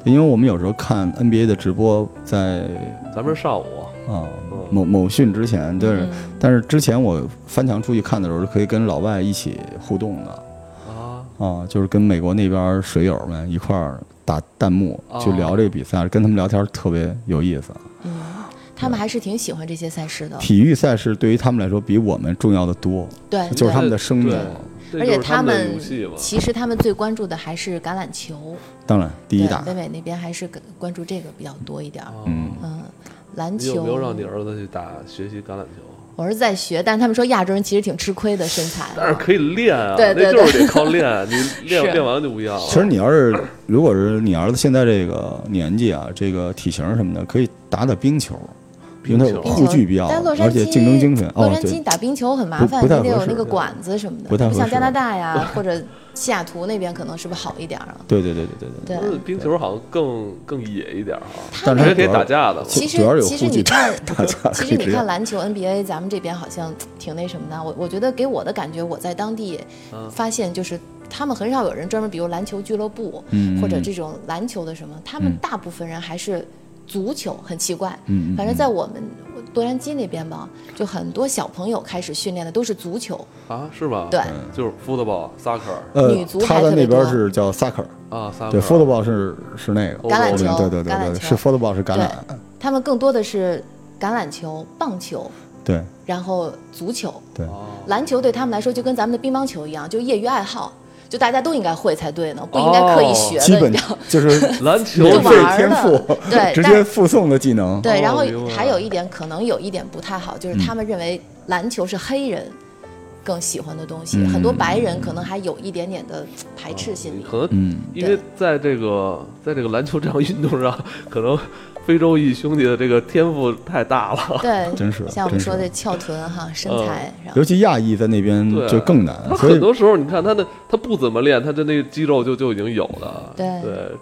[SPEAKER 4] 因为我们有时候看 NBA 的直播，在
[SPEAKER 2] 咱们上午
[SPEAKER 4] 啊、某某讯之前，对，
[SPEAKER 3] 嗯
[SPEAKER 4] 但是之前我翻墙出去看的时候，是可以跟老外一起互动的，
[SPEAKER 3] 嗯
[SPEAKER 2] 啊，
[SPEAKER 4] 啊，就是跟美国那边儿水友们一块儿打弹幕，去
[SPEAKER 2] 哦啊
[SPEAKER 4] 聊这个比赛，跟他们聊天儿特别有意思。
[SPEAKER 3] 嗯他们还是挺喜欢这些赛事的。
[SPEAKER 4] 体育赛事对于他们来说比我们重要的多，
[SPEAKER 3] 对，
[SPEAKER 4] 就是他
[SPEAKER 3] 对
[SPEAKER 4] 们的生命
[SPEAKER 2] 对。这
[SPEAKER 3] 嗯
[SPEAKER 2] 就
[SPEAKER 3] 而且
[SPEAKER 2] 是他们的
[SPEAKER 3] 们
[SPEAKER 2] 游戏嘛，
[SPEAKER 3] 其实他们最关注的还是橄榄球，
[SPEAKER 4] 当然，第一
[SPEAKER 3] 对，
[SPEAKER 4] 大
[SPEAKER 3] 北美那边还是跟关注这个比较多一点儿。
[SPEAKER 2] 嗯，
[SPEAKER 3] 嗯，篮
[SPEAKER 2] 你
[SPEAKER 3] 球
[SPEAKER 2] 有没有让你儿子去打学习橄榄球？
[SPEAKER 3] 我儿子在学，但他们说亚洲人其实挺吃亏的身材啊，
[SPEAKER 2] 但是可以练啊，
[SPEAKER 3] 对对
[SPEAKER 2] 那
[SPEAKER 3] 对
[SPEAKER 2] 就是得靠 练，你练
[SPEAKER 3] 是
[SPEAKER 2] 练完了就不一样了。
[SPEAKER 4] 其实你要是如果是你儿子现在这个年纪啊，这个体型什么的，可以打打冰球，因为它
[SPEAKER 2] 冰
[SPEAKER 4] 有
[SPEAKER 3] 冰
[SPEAKER 2] 球
[SPEAKER 4] 护
[SPEAKER 3] 球
[SPEAKER 4] 具必要
[SPEAKER 3] 但洛，杉
[SPEAKER 4] 而
[SPEAKER 3] 矶
[SPEAKER 4] 且竞争精神
[SPEAKER 3] 洛
[SPEAKER 4] 哦
[SPEAKER 3] 杉，矶
[SPEAKER 4] 对，
[SPEAKER 3] 打冰球很麻
[SPEAKER 4] 不
[SPEAKER 3] 烦，
[SPEAKER 4] 不太
[SPEAKER 3] 你得
[SPEAKER 4] 合
[SPEAKER 3] 有那
[SPEAKER 4] 适
[SPEAKER 3] 个馆子什么的，
[SPEAKER 4] 不太合
[SPEAKER 3] 像加
[SPEAKER 4] 适
[SPEAKER 3] 拿大 呀或者西雅图那边可能是不是好一点儿啊？
[SPEAKER 4] 对对对对对对。
[SPEAKER 3] 对，
[SPEAKER 2] 那冰球好像更更野一点哈，
[SPEAKER 4] 但
[SPEAKER 2] 直
[SPEAKER 4] 是
[SPEAKER 2] 接可以
[SPEAKER 4] 它主要
[SPEAKER 2] 打架的嘛。
[SPEAKER 3] 其
[SPEAKER 4] 主
[SPEAKER 3] 实
[SPEAKER 4] 要是有
[SPEAKER 3] 其实
[SPEAKER 4] 护
[SPEAKER 3] 你
[SPEAKER 4] 具
[SPEAKER 3] 看，
[SPEAKER 4] 打架
[SPEAKER 3] 其
[SPEAKER 4] 可
[SPEAKER 3] 实
[SPEAKER 4] 以
[SPEAKER 3] 你
[SPEAKER 4] 这样
[SPEAKER 3] 看篮球 NBA，咱们这边好像挺那什么的。我我觉得给我的感觉，我在当地
[SPEAKER 2] 嗯
[SPEAKER 3] 发现就是。他们很少有人专门，比如篮球俱乐部，
[SPEAKER 4] 嗯
[SPEAKER 3] 或者这种篮球的什么，他们
[SPEAKER 4] 嗯
[SPEAKER 3] 大部分人还是足球，很奇怪。
[SPEAKER 4] 嗯嗯
[SPEAKER 3] 反正在我们洛杉矶那边吧，就很多小朋友开始训练的都是足球，
[SPEAKER 2] 啊，是吧？
[SPEAKER 3] 对，
[SPEAKER 4] 嗯
[SPEAKER 2] 就是 football、soccer
[SPEAKER 4] 呃
[SPEAKER 3] 女足，
[SPEAKER 4] 他
[SPEAKER 3] 还
[SPEAKER 4] 的
[SPEAKER 3] 特别
[SPEAKER 4] 那边
[SPEAKER 3] 多
[SPEAKER 4] 是叫 soccer，
[SPEAKER 2] 啊，soccer
[SPEAKER 4] 对，football 是是那个
[SPEAKER 2] 橄榄球
[SPEAKER 4] 对对对
[SPEAKER 3] 橄榄
[SPEAKER 4] 对对，
[SPEAKER 3] 球
[SPEAKER 4] 是 football 是橄榄，
[SPEAKER 3] 他们更多的是橄榄球、棒球，
[SPEAKER 4] 对
[SPEAKER 3] 然后足球、
[SPEAKER 4] 对，
[SPEAKER 2] 哦
[SPEAKER 3] 篮球对他们来说就跟咱们的乒乓球一样，就业余爱好，就大家都应该会才对呢，不应该刻意学
[SPEAKER 4] 哦基
[SPEAKER 3] 的，
[SPEAKER 4] 本
[SPEAKER 3] 你
[SPEAKER 4] 哦
[SPEAKER 3] 知道吗？
[SPEAKER 4] 就是
[SPEAKER 2] 篮球
[SPEAKER 4] 免
[SPEAKER 3] 就
[SPEAKER 4] 费
[SPEAKER 3] 玩儿
[SPEAKER 4] 天
[SPEAKER 3] 的
[SPEAKER 4] 赋，
[SPEAKER 3] 对
[SPEAKER 4] 直
[SPEAKER 3] 但
[SPEAKER 4] 接附送的技能，
[SPEAKER 3] 对，然后
[SPEAKER 2] 明白
[SPEAKER 4] 啊
[SPEAKER 3] 还有一点可能有一点不太好，
[SPEAKER 4] 嗯
[SPEAKER 3] 就是他们认为篮球是黑人更喜欢的东西，
[SPEAKER 4] 嗯
[SPEAKER 3] 很多白人可能还有一点点的排斥心理。
[SPEAKER 2] 可能
[SPEAKER 4] 嗯，
[SPEAKER 2] 因为在这个在这个篮球这项运动上， 可能非洲裔兄弟的这个天赋太大了。
[SPEAKER 3] 对，
[SPEAKER 4] 真是
[SPEAKER 3] 像我们
[SPEAKER 4] 真是
[SPEAKER 3] 说的翘臀哈，身材，然后
[SPEAKER 4] 尤其亚裔在那边
[SPEAKER 2] 对
[SPEAKER 4] 就更难，
[SPEAKER 2] 他
[SPEAKER 4] 所以
[SPEAKER 2] 很多时候，你看他的他不怎么练，他的那个肌肉就就已经有了。
[SPEAKER 3] 对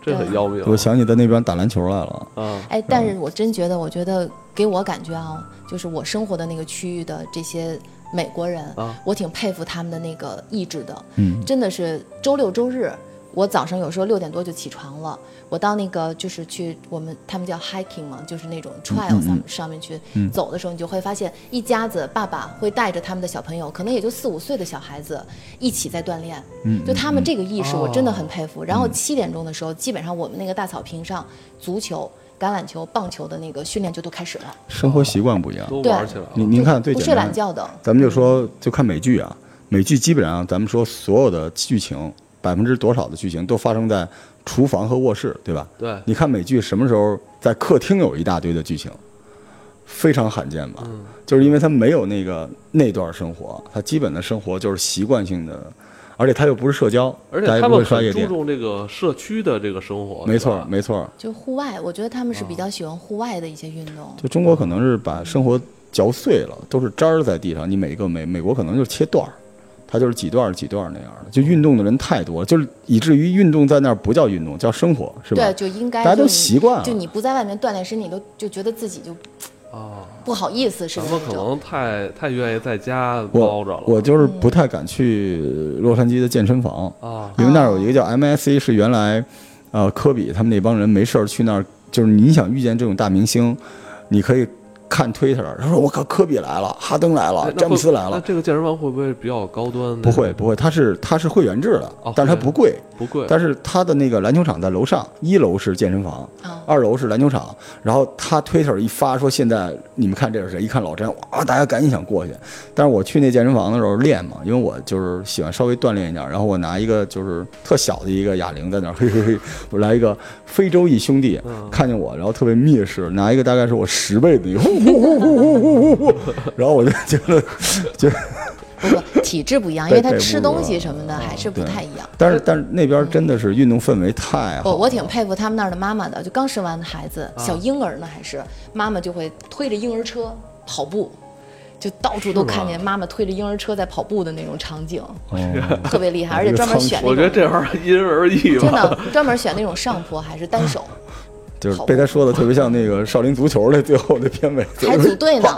[SPEAKER 2] 这很
[SPEAKER 3] 对
[SPEAKER 2] 要命。
[SPEAKER 4] 我想起在那边打篮球来了，
[SPEAKER 2] 啊，
[SPEAKER 3] 哎，但是我真觉得，我觉得给我感觉啊，就是我生活的那个区域的这些美国人，
[SPEAKER 2] 啊
[SPEAKER 3] 我挺佩服他们的那个意志的。
[SPEAKER 4] 嗯，
[SPEAKER 3] 真的是周六周日，我早上有时候六点多就起床了，我到那个就是去我们他们叫 hiking 嘛，就是那种
[SPEAKER 4] 嗯
[SPEAKER 3] trail 上、上面去走的时候，你就会发现一家子爸爸会带着他们的小朋友，可能也就四五岁的小孩子一起在锻炼，
[SPEAKER 4] 嗯
[SPEAKER 3] 就他们这个意识
[SPEAKER 2] 嗯
[SPEAKER 3] 我真的很佩服。然后七点钟的时候，基本上我们那个大草坪上足球。橄榄球、棒球的那个训练就都开始了，
[SPEAKER 4] 生活习惯不一样。
[SPEAKER 2] 都
[SPEAKER 3] 对
[SPEAKER 2] 玩起来了。
[SPEAKER 4] 您您看最
[SPEAKER 3] 不
[SPEAKER 4] 简
[SPEAKER 3] 睡
[SPEAKER 4] 单
[SPEAKER 3] 懒
[SPEAKER 4] 的，
[SPEAKER 3] 觉的，
[SPEAKER 4] 咱们就说就看美剧啊，美剧基本上咱们说所有的剧情百分之多少的剧情都发生在厨房和卧室，对吧？
[SPEAKER 2] 对，
[SPEAKER 4] 你看美剧什么时候在客厅有一大堆的剧情，非常罕见吧？
[SPEAKER 2] 嗯
[SPEAKER 4] 就是因为他没有那个那段生活，他基本的生活就是习惯性的，而且他又不是社交，
[SPEAKER 2] 而且
[SPEAKER 4] 大家
[SPEAKER 2] 他
[SPEAKER 4] 不
[SPEAKER 2] 们
[SPEAKER 4] 会刷
[SPEAKER 2] 很
[SPEAKER 4] 夜
[SPEAKER 2] 注
[SPEAKER 4] 店，
[SPEAKER 2] 重这个社区的这个生活。
[SPEAKER 4] 没
[SPEAKER 2] 对
[SPEAKER 4] 错
[SPEAKER 2] 吧
[SPEAKER 4] 没错。
[SPEAKER 3] 就户外，我觉得他们是比
[SPEAKER 4] 啊
[SPEAKER 3] 较喜欢户外的一些运动。
[SPEAKER 4] 就中国可能是把生活嚼碎了，
[SPEAKER 2] 嗯
[SPEAKER 4] 都是渣儿在地上。你每一个美美国可能就是切段儿，它就是几段儿几段儿那样的。就运动的人太多了，就是以至于运动在那儿不叫运动，叫生活，是吧
[SPEAKER 3] 对，？就应该
[SPEAKER 4] 大家都
[SPEAKER 3] 就你
[SPEAKER 4] 习惯了
[SPEAKER 3] 就你不在外面锻炼身体，都就觉得自己就
[SPEAKER 2] 啊，
[SPEAKER 3] 不好意思似
[SPEAKER 2] 咱
[SPEAKER 3] 的
[SPEAKER 2] 们
[SPEAKER 3] 那
[SPEAKER 2] 可
[SPEAKER 3] 种。
[SPEAKER 2] 能太太愿意在家包着
[SPEAKER 4] 我
[SPEAKER 2] 了。
[SPEAKER 4] 我就是不太敢去洛杉矶的健身房，
[SPEAKER 2] 啊，
[SPEAKER 4] 因为那儿有一个叫 MSC，是原来呃科比他们那帮人没事儿去那儿，就是你想遇见这种大明星，你可以看 Twitter，他说我靠，科比来了，哈登来
[SPEAKER 2] 哎
[SPEAKER 4] 了，
[SPEAKER 2] 那
[SPEAKER 4] 詹姆
[SPEAKER 2] 会
[SPEAKER 4] 斯来
[SPEAKER 2] 那
[SPEAKER 4] 了。
[SPEAKER 2] 这个健身房会不会比较高端？
[SPEAKER 4] 不会，不会，它是它是会员制的
[SPEAKER 2] 哦，
[SPEAKER 4] 但是它
[SPEAKER 2] 会员
[SPEAKER 4] 不贵，
[SPEAKER 2] 不贵。
[SPEAKER 4] 但是他的那个篮球场在楼上，一楼是健身房，
[SPEAKER 3] 啊，
[SPEAKER 4] 二楼是篮球场。然后他 Twitter 一发说现在你们看这是谁？一看老詹，哇，大家赶紧想过去。但是我去那健身房的时候练嘛，因为我就是喜欢稍微锻炼一点。然后我拿一个就是特小的一个哑铃在那儿，嘿嘿嘿，我来一个非洲裔兄弟看见我，然后特别蔑视，拿一个大概是我十倍的一个，呼呼呼呼呼呼呼，然后我就觉得觉得。
[SPEAKER 3] 不不，体质不一样，因为他
[SPEAKER 4] 对对
[SPEAKER 3] 吃
[SPEAKER 4] 不一
[SPEAKER 3] 东西
[SPEAKER 4] 样
[SPEAKER 3] 什么的还是不
[SPEAKER 4] 对
[SPEAKER 3] 太一样。
[SPEAKER 4] 但是但是那边真的是运动氛围太好
[SPEAKER 3] 我
[SPEAKER 4] 了，
[SPEAKER 3] 我挺佩服他们那儿的妈妈的，就刚生完的孩子，
[SPEAKER 2] 啊
[SPEAKER 3] 小婴儿呢，还是妈妈就会推着婴儿车跑步，就到处都
[SPEAKER 2] 是吗
[SPEAKER 3] 看见妈妈推着婴儿车在跑步的那种场景，
[SPEAKER 4] 哦
[SPEAKER 3] 特别厉害，
[SPEAKER 4] 哎
[SPEAKER 3] 而且
[SPEAKER 4] 这
[SPEAKER 3] 专门
[SPEAKER 4] 仓
[SPEAKER 3] 选
[SPEAKER 2] 我觉
[SPEAKER 3] 那
[SPEAKER 2] 得
[SPEAKER 3] 种
[SPEAKER 2] 这玩意儿因人而异
[SPEAKER 3] 真
[SPEAKER 2] 吧。
[SPEAKER 3] 的专门选那种上坡还是单手，
[SPEAKER 4] 就是被他说的特别像那个少林足球的最后的片尾，
[SPEAKER 3] 还组队呢，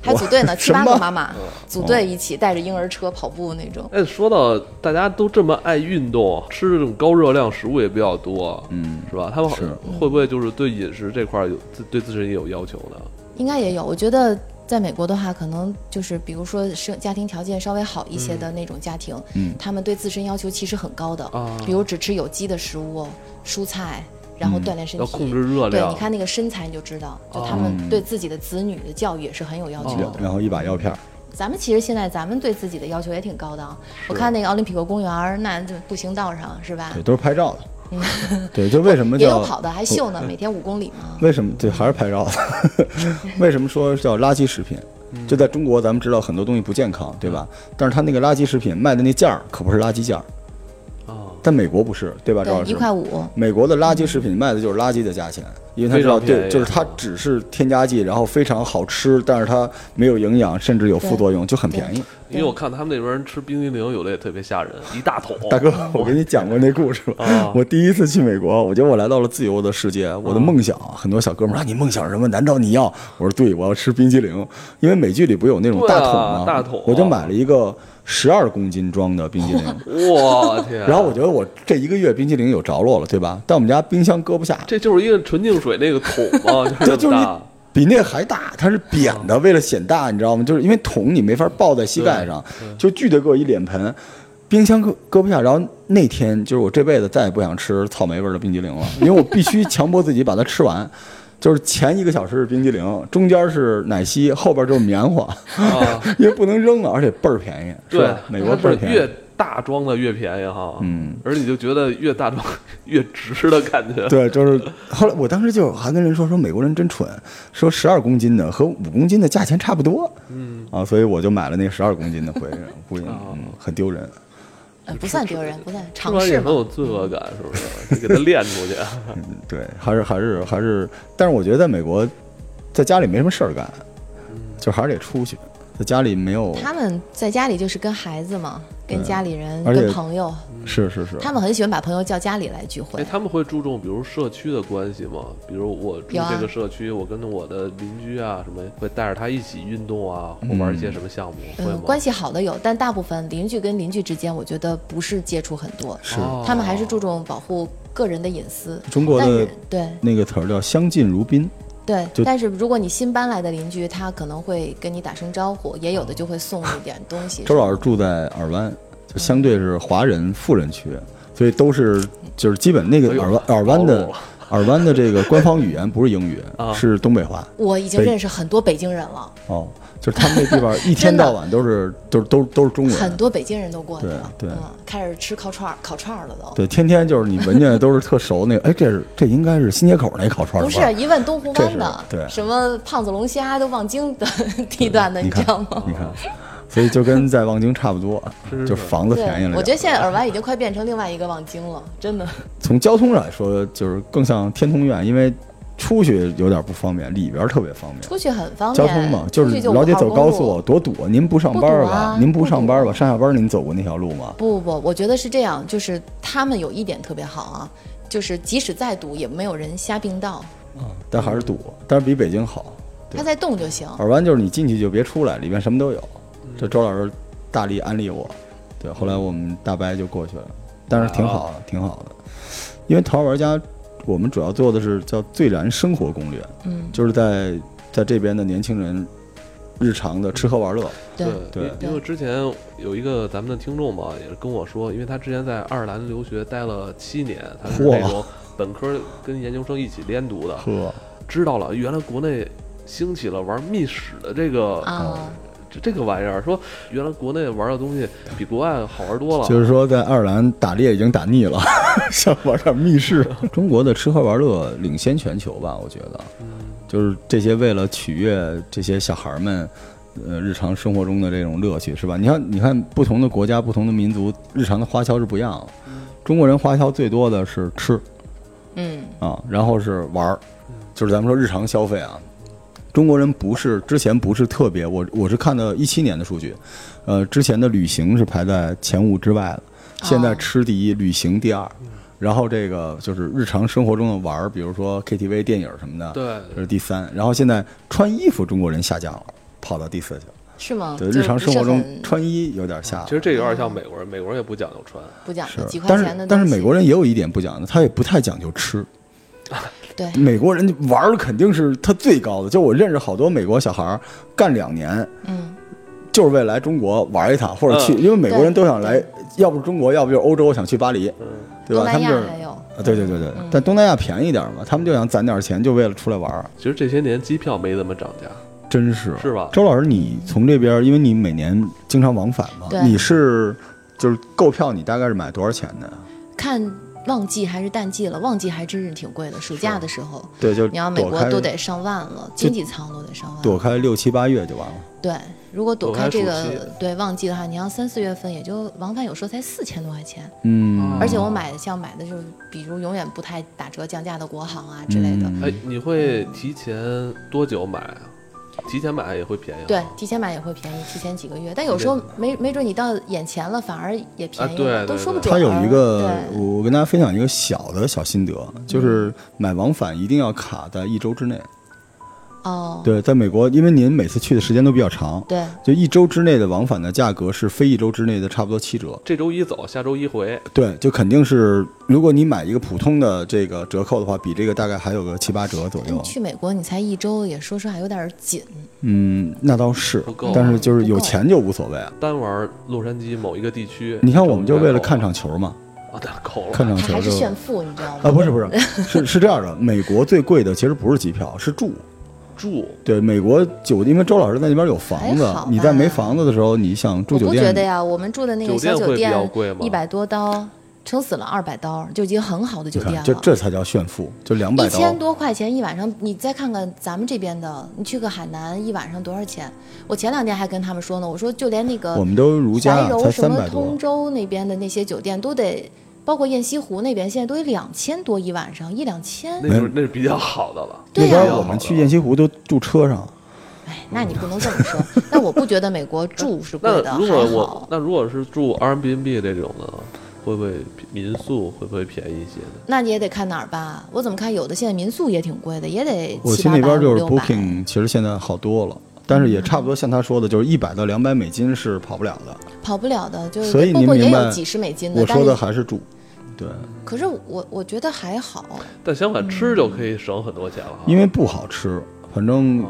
[SPEAKER 3] 还组队呢，七八
[SPEAKER 4] 什
[SPEAKER 3] 个
[SPEAKER 4] 么嗯
[SPEAKER 3] 妈妈组队一起带着婴儿车跑步那种。
[SPEAKER 2] 哎，说到大家都这么爱运动，吃这种高热量食物也比较多，
[SPEAKER 4] 嗯，
[SPEAKER 2] 是吧？他们好
[SPEAKER 4] 是
[SPEAKER 2] 会不会就是对饮食这块儿有自对自身也有要求呢？
[SPEAKER 3] 应该也有。我觉得在美国的话，可能就是比如说生家庭条件稍微好一些的那种家庭，
[SPEAKER 4] 嗯
[SPEAKER 3] 他们对自身要求其实很高的，
[SPEAKER 2] 啊
[SPEAKER 3] 比如只吃有机的食物、蔬菜。然后锻炼身体，
[SPEAKER 2] 要控制热量
[SPEAKER 3] 对，你看那个身材你就知道，就他
[SPEAKER 4] 嗯哦
[SPEAKER 3] 们对自己的子女的教育也是很有要求的。
[SPEAKER 2] 哦
[SPEAKER 4] 然后一把药片儿，
[SPEAKER 3] 咱们其实现在咱们对自己的要求也挺高的啊。我看那个奥林匹克公园儿，那这步行道上是吧
[SPEAKER 4] 对，？都是拍照的，对，就为什么
[SPEAKER 3] 也
[SPEAKER 4] 叫嗯
[SPEAKER 3] 有跑的，还秀呢，每天五公里嘛。
[SPEAKER 4] 为什么对还是拍照的？ 为什么说叫垃圾食品？
[SPEAKER 2] 嗯
[SPEAKER 4] 就在中国，咱们知道很多东西不健康，对吧？但是他那个垃圾食品卖的那价儿可不是垃圾价儿，
[SPEAKER 2] 啊，
[SPEAKER 4] 在美国不是，对啊吧？赵
[SPEAKER 3] 对
[SPEAKER 4] 老，
[SPEAKER 3] 一
[SPEAKER 4] 师，
[SPEAKER 3] 块五，
[SPEAKER 4] 美国的垃圾食品卖的就是垃圾的价钱，因为他知道
[SPEAKER 2] 非常便宜
[SPEAKER 4] 对，就是它只是添加剂，然后非常好吃，但是它没有营养，甚至有副作用，就很便宜。
[SPEAKER 2] 因为我看他们那边人吃冰激凌，有的也特别吓人，一大桶。
[SPEAKER 4] 大哥，我跟你讲过那故事吧
[SPEAKER 2] 啊？
[SPEAKER 4] 我第一次去美国，我觉得我来到了自由的世界，
[SPEAKER 2] 嗯
[SPEAKER 4] 我的梦想。很多小哥们儿说：“你梦想是什么？难道你要？”我说：“对，我要吃冰激凌。”因为美剧里不有那种
[SPEAKER 2] 对啊
[SPEAKER 4] 大桶吗？
[SPEAKER 2] 大桶
[SPEAKER 4] 我就买了一个十二公斤装的冰 激凌。
[SPEAKER 2] 啊我天！
[SPEAKER 4] 然后我觉得我这一个月冰激凌有着落了，对吧？但我们家冰箱搁不下，
[SPEAKER 2] 这就是一个纯净水那个桶嘛，就是
[SPEAKER 4] 这
[SPEAKER 2] 这
[SPEAKER 4] 就
[SPEAKER 2] 么
[SPEAKER 4] 是
[SPEAKER 2] 大。
[SPEAKER 4] 一比那还大，它是扁的，为了显大，你知道吗？就是因为桶你没法抱在膝盖上，就巨得给我一脸盆，冰箱搁搁不下。然后那天就是我这辈子再也不想吃草莓味儿的冰激凌了，因为我必须强迫自己把它吃完。就是前一个小时是冰激凌，中间是奶昔，后边就是棉花，
[SPEAKER 2] 啊，
[SPEAKER 4] 因为不能扔了，而且倍儿便宜。是
[SPEAKER 2] 对
[SPEAKER 4] 吧，美国倍
[SPEAKER 2] 它
[SPEAKER 4] 儿
[SPEAKER 2] 是
[SPEAKER 4] 便宜
[SPEAKER 2] 越。大装的越便宜哈，
[SPEAKER 4] 嗯，
[SPEAKER 2] 而你就觉得越大装越值的感 觉，
[SPEAKER 4] 对，就是后来我当时就还跟人说说美国人真蠢，说十二公斤的和五公斤的价钱差不多，嗯啊，所以我就买了那十二公斤的 回去，估计嗯很丢人。
[SPEAKER 3] 呃，不算丢人，不算
[SPEAKER 2] 吃
[SPEAKER 3] 尝
[SPEAKER 2] 完
[SPEAKER 3] 试
[SPEAKER 2] 也很
[SPEAKER 3] 嘛。
[SPEAKER 2] 有罪恶感，是不是？ 你给它练出去，
[SPEAKER 4] 嗯对，还是还是还是，但是我觉得在美国，在家里没什么事儿干，就还是得出去，在家里没有，
[SPEAKER 3] 他们在家里就是跟孩子嘛，跟家里人、
[SPEAKER 4] 嗯而且
[SPEAKER 3] 跟朋友，
[SPEAKER 4] 是是是，
[SPEAKER 3] 他们很喜欢把朋友叫家里来聚
[SPEAKER 2] 哎，
[SPEAKER 3] 会。
[SPEAKER 2] 他们会注重比如社区的关系吗？比如我住
[SPEAKER 3] 有啊
[SPEAKER 2] 这个社区，我跟我的邻居啊什么，会带着他一起运动啊，
[SPEAKER 4] 嗯
[SPEAKER 2] 或玩一些什么项目，会
[SPEAKER 3] 嗯
[SPEAKER 2] 吗，？
[SPEAKER 3] 关系好的有，但大部分邻居跟邻居之间，我觉得不是接触很多，
[SPEAKER 4] 是
[SPEAKER 2] 哦
[SPEAKER 3] 他们还是注重保护个人的隐私。
[SPEAKER 4] 中国
[SPEAKER 3] 但
[SPEAKER 4] 的
[SPEAKER 3] 是对
[SPEAKER 4] 那个词儿叫相敬如宾，
[SPEAKER 3] 对
[SPEAKER 4] 就，
[SPEAKER 3] 但是如果你新搬来的邻居，他可能会跟你打声招呼，也有的就会送一点东西。
[SPEAKER 4] 周老师住在尔湾，就相对是华人富人区，所以都是就是基本那个
[SPEAKER 2] 哎呦
[SPEAKER 4] 尔湾尔湾
[SPEAKER 2] 暴
[SPEAKER 4] 的
[SPEAKER 2] 露了
[SPEAKER 4] 尔湾的这个官方语言不是英语
[SPEAKER 2] 啊，
[SPEAKER 4] 是东北话
[SPEAKER 3] 我已经认识很多北京人了，
[SPEAKER 4] 哦，就是他们那地方一天
[SPEAKER 3] 真的
[SPEAKER 4] 到晚都是都是都是都是中国
[SPEAKER 3] 很
[SPEAKER 4] 人。
[SPEAKER 3] 多北京人都过来了，
[SPEAKER 4] 对对
[SPEAKER 3] 嗯，开始吃烤串儿，烤串儿了都。
[SPEAKER 4] 对，天天就是你闻见都是特熟那个，哎，这是这应该是新街口那烤串儿
[SPEAKER 3] 不
[SPEAKER 4] 吧
[SPEAKER 3] 是啊一问东湖湾的，
[SPEAKER 4] 这是对
[SPEAKER 3] 什么胖子龙虾都望京的地段的，
[SPEAKER 4] 你
[SPEAKER 3] 你知
[SPEAKER 4] 看
[SPEAKER 3] 道吗？
[SPEAKER 4] 你看，所以就跟在望京差不 多，就房子
[SPEAKER 3] 对
[SPEAKER 4] 便宜了点，儿。
[SPEAKER 3] 我觉得现在尔湾已经快变成另外一个望京了，真的。
[SPEAKER 4] 从交通上来说，就是更像天通苑，因为出去有点不方便，里边儿特别方便。
[SPEAKER 3] 出去很方
[SPEAKER 4] 交
[SPEAKER 3] 便，
[SPEAKER 4] 通嘛，
[SPEAKER 3] 出
[SPEAKER 4] 是
[SPEAKER 3] 去就
[SPEAKER 4] 老得
[SPEAKER 3] 5号
[SPEAKER 4] 走
[SPEAKER 3] 公
[SPEAKER 4] 高
[SPEAKER 3] 路
[SPEAKER 4] 速，多堵！您不上班
[SPEAKER 3] 不
[SPEAKER 4] 儿
[SPEAKER 3] 堵
[SPEAKER 4] 吧？
[SPEAKER 3] 啊
[SPEAKER 4] 您不
[SPEAKER 3] 不
[SPEAKER 4] 上
[SPEAKER 3] 堵
[SPEAKER 4] 班儿吧？上下班儿您走过那条路吗？
[SPEAKER 3] 不不不，我觉得是这样，就是他们有一点特别好啊，就是即使再堵也没有人瞎并道，
[SPEAKER 4] 但还是堵，
[SPEAKER 3] 嗯
[SPEAKER 4] 但是比北京
[SPEAKER 3] 哦
[SPEAKER 4] 好。对
[SPEAKER 3] 他在动就行。
[SPEAKER 4] 耳湾就是你进去就别出来，里面什么都有。这周老师大力安利我，对，后来我们大白就过去了，但是挺好的，挺好的。因为桃花玩家，我们主要做的是叫最燃生活攻略，
[SPEAKER 3] 嗯，
[SPEAKER 4] 就是在在这边的年轻人日常的吃喝玩乐。
[SPEAKER 3] 对，
[SPEAKER 2] 对，因
[SPEAKER 3] 对
[SPEAKER 2] 因为之前有一个咱们的听众嘛，也是跟我说，因为他之前在爱尔兰留学待了七年，他是
[SPEAKER 4] 嚯
[SPEAKER 2] 那种本科跟研究生一起连读的，
[SPEAKER 4] 呵，
[SPEAKER 2] 知道了原来国内兴起了玩密室的这个、
[SPEAKER 3] 啊，
[SPEAKER 2] 这这个玩意儿，说原来国内玩的东西比国外好玩多了，啊
[SPEAKER 4] 就是说在爱尔兰打猎已经打腻 了，想玩点密室。中国的吃喝玩乐领先全球吧，我觉得，
[SPEAKER 2] 嗯
[SPEAKER 4] 就是这些为了取悦这些小孩儿们。呃，日常生活中的这种乐趣是吧？你看，你看，不同的国家、不同的民族，日常的花销是不一样的。
[SPEAKER 2] 嗯
[SPEAKER 4] 中国人花销最多的是吃
[SPEAKER 3] 嗯，
[SPEAKER 4] 啊，然后是玩儿，就是咱们说日常消费啊。中国人不是之前不是特别，我我是看到一七年的数据，呃，之前的旅行是排在前五之外的，现在
[SPEAKER 3] 哦
[SPEAKER 4] 吃第一，旅行第
[SPEAKER 3] 啊
[SPEAKER 4] 二，
[SPEAKER 3] 嗯
[SPEAKER 4] 然后这个就是日常生活中的玩儿，比如说 KTV、电影什么的，
[SPEAKER 2] 对
[SPEAKER 4] 这是第三。然后现在穿衣服，中国人下降了，跑到第四去了。
[SPEAKER 3] 是吗？
[SPEAKER 4] 对，
[SPEAKER 3] 啊就
[SPEAKER 4] 日常生活
[SPEAKER 3] 不是
[SPEAKER 4] 中
[SPEAKER 3] 很
[SPEAKER 4] 穿衣有点下了。
[SPEAKER 2] 其实这有点像美国人，美国人也不讲究穿，
[SPEAKER 3] 不讲究几
[SPEAKER 4] 是，
[SPEAKER 3] 块
[SPEAKER 4] 但
[SPEAKER 3] 钱的
[SPEAKER 4] 是但是
[SPEAKER 3] 东西
[SPEAKER 4] 美国人也有一点不讲究，他也不太讲究吃。
[SPEAKER 3] 对
[SPEAKER 4] 美国人玩儿肯定是他最高的，就我认识好多美国小孩儿干两年，
[SPEAKER 3] 嗯，
[SPEAKER 4] 就是为了来中国玩一趟或者去，
[SPEAKER 2] 嗯
[SPEAKER 4] 因为美国人都想来
[SPEAKER 3] 对，
[SPEAKER 4] 要不是中国，要不就是欧洲，想去巴黎，
[SPEAKER 2] 嗯
[SPEAKER 4] 对吧？
[SPEAKER 3] 东
[SPEAKER 4] 他
[SPEAKER 3] 南亚嗯
[SPEAKER 4] 们就是
[SPEAKER 3] 还有
[SPEAKER 4] 啊，对对对对，但东南亚便宜点儿嘛，他们就想攒点儿钱，就为了出来玩儿，
[SPEAKER 2] 其实这些年机票没怎么涨价，
[SPEAKER 4] 真是
[SPEAKER 2] 是吧
[SPEAKER 4] 周老师，你从这边儿，因为你每年经常往返嘛
[SPEAKER 3] 对，
[SPEAKER 4] 你是就是购票，你大概是买多少钱的？
[SPEAKER 3] 看旺季还是淡季了，旺季还真是挺贵的，暑假的时候。
[SPEAKER 4] 对，就
[SPEAKER 3] 你要美
[SPEAKER 4] 躲
[SPEAKER 3] 国
[SPEAKER 4] 开
[SPEAKER 3] 都得上万了，经济舱都得上万。
[SPEAKER 4] 躲开六七八月就完了。
[SPEAKER 3] 对，如果躲
[SPEAKER 2] 躲开
[SPEAKER 3] 开这
[SPEAKER 2] 暑期
[SPEAKER 3] 个对旺季的话，你要三四月份，也就往返有时候才四千多块钱。
[SPEAKER 4] 嗯，
[SPEAKER 3] 而且我买的像买的就是，比如永远不太打折降价的国航啊之类的。
[SPEAKER 4] 嗯
[SPEAKER 2] 哎，你会提前多久买啊？提前买也会便宜啊，
[SPEAKER 3] 对，提前买也会便宜，提前几个月。但有时候没没准你到眼前了，反而也便宜了，
[SPEAKER 2] 啊对对
[SPEAKER 3] 都说不
[SPEAKER 2] 对
[SPEAKER 3] 准
[SPEAKER 4] 它
[SPEAKER 3] 儿。
[SPEAKER 4] 有一个，
[SPEAKER 3] 对嗯
[SPEAKER 4] 我我跟大家分享一个小的小心得，就是买往返一定要卡在一周之内，
[SPEAKER 3] 哦，
[SPEAKER 4] 对，在美国，因为您每次去的时间都比较长，
[SPEAKER 3] 对，
[SPEAKER 4] 就一周之内的往返的价格是非一周之内的差不多七折。
[SPEAKER 2] 这周一走，下周一回，
[SPEAKER 4] 对，就肯定是，如果你买一个普通的这个折扣的话，比这个大概还有个七八折左右
[SPEAKER 3] 你。去美国你才一周，也说实话有点儿紧。
[SPEAKER 4] 嗯，那倒是
[SPEAKER 2] 不够，啊
[SPEAKER 4] 但是就是有
[SPEAKER 3] 不够
[SPEAKER 4] 钱就无所谓啊。
[SPEAKER 2] 单玩洛杉矶某一个地区。
[SPEAKER 4] 你看，我们就为了看
[SPEAKER 2] 看
[SPEAKER 4] 场球嘛，
[SPEAKER 2] 啊，太够了，
[SPEAKER 4] 看场
[SPEAKER 3] 他
[SPEAKER 4] 球
[SPEAKER 3] 还是
[SPEAKER 4] 就
[SPEAKER 3] 炫富，你知道吗？
[SPEAKER 4] 啊，不是不是，是是这样的， 美国最贵的其实不是机票，是住。
[SPEAKER 2] 住
[SPEAKER 4] 对，美国酒，因为周老师在那边有房子
[SPEAKER 3] 哎还好，吧
[SPEAKER 4] 你在没房子的时候，你想住
[SPEAKER 3] 我
[SPEAKER 4] 酒
[SPEAKER 3] 不
[SPEAKER 4] 店，
[SPEAKER 3] 觉得呀，我们住的那个
[SPEAKER 2] 酒
[SPEAKER 3] 小
[SPEAKER 2] 店
[SPEAKER 3] 酒
[SPEAKER 2] 会比
[SPEAKER 3] 店
[SPEAKER 2] 较贵吗
[SPEAKER 3] 一百多刀，撑死了二百刀，就已经很好的酒
[SPEAKER 4] 你
[SPEAKER 3] 店
[SPEAKER 4] 看
[SPEAKER 3] 了。
[SPEAKER 4] 啊这这才叫炫富，就两百
[SPEAKER 3] 一
[SPEAKER 4] 刀
[SPEAKER 3] 千。多块钱一晚上，你再看看咱们这边的，你去个海南一晚上多少钱？我前两天还跟他们说呢，我说就连那
[SPEAKER 4] 我
[SPEAKER 3] 个
[SPEAKER 4] 们都如
[SPEAKER 3] 怀
[SPEAKER 4] 家啊
[SPEAKER 3] 柔
[SPEAKER 4] 才
[SPEAKER 3] 什
[SPEAKER 4] 三
[SPEAKER 3] 么
[SPEAKER 4] 百
[SPEAKER 3] 通
[SPEAKER 4] 多，
[SPEAKER 3] 州那边的那些酒店都得，包括雁西湖那边现在都得两千多一晚上，一两千。
[SPEAKER 2] 那就是那是比较好的了。
[SPEAKER 4] 那
[SPEAKER 3] 对啊呀、
[SPEAKER 4] 边我们去雁西湖都住车上，
[SPEAKER 3] 哎，那你不能这么说。但我不觉得美国住是贵的，
[SPEAKER 2] 那如果
[SPEAKER 3] 还
[SPEAKER 2] 我
[SPEAKER 3] 好。
[SPEAKER 2] 那如果是住 Airbnb 这种的，会不会民宿会不会便宜一些呢？
[SPEAKER 3] 那你也得看哪儿吧，我怎么看有的现在民宿也挺贵的，也得
[SPEAKER 4] 我
[SPEAKER 3] 七
[SPEAKER 4] 去
[SPEAKER 3] 八
[SPEAKER 4] 那
[SPEAKER 3] 百
[SPEAKER 4] 边
[SPEAKER 3] 五
[SPEAKER 4] 就是
[SPEAKER 3] 六百。
[SPEAKER 4] Booking，其实现在好多了，但是也差不多像他说的，就是一百到两百美金是跑不了的。
[SPEAKER 3] 跑不了的，就是
[SPEAKER 4] 所以
[SPEAKER 3] 包
[SPEAKER 4] 您
[SPEAKER 3] 括也
[SPEAKER 4] 明
[SPEAKER 3] 有
[SPEAKER 4] 白
[SPEAKER 3] 几十美金的，
[SPEAKER 4] 我
[SPEAKER 3] 但
[SPEAKER 4] 说
[SPEAKER 3] 是
[SPEAKER 4] 的还是住，对，
[SPEAKER 3] 可是我我觉得还好，
[SPEAKER 2] 但相反吃就可以省很多钱了啊，
[SPEAKER 4] 因为不好吃，反正
[SPEAKER 2] 哦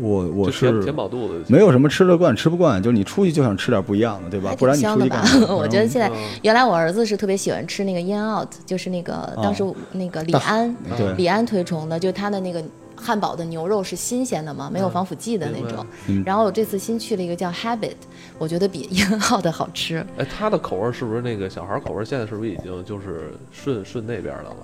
[SPEAKER 4] 我我
[SPEAKER 2] 就是填填饱肚子就行。
[SPEAKER 4] 没有什么吃得惯吃不惯，就是你出去就想吃点不一样的，对吧
[SPEAKER 3] 还？
[SPEAKER 4] 不然
[SPEAKER 3] 挺
[SPEAKER 4] 你
[SPEAKER 3] 香
[SPEAKER 4] 出
[SPEAKER 3] 的
[SPEAKER 4] 去
[SPEAKER 3] 吧
[SPEAKER 4] 干 嘛？？
[SPEAKER 3] 我觉得现在
[SPEAKER 2] 嗯
[SPEAKER 3] 原来我儿子是特别喜欢吃那个烟 out，就是那个当时那个李
[SPEAKER 4] 哦大嗯
[SPEAKER 3] 安，
[SPEAKER 4] 对
[SPEAKER 3] 李安推崇的，就是他的那个汉堡的牛肉是新鲜的嘛，没有防腐剂的那
[SPEAKER 2] 明白
[SPEAKER 3] 种。
[SPEAKER 4] 嗯
[SPEAKER 3] 然后我这次新去了一个叫 Habit，我觉得比烟 out 的好吃。
[SPEAKER 2] 哎，他的口味是不是那个小孩口味？现在是不是已经就是顺顺那边的了？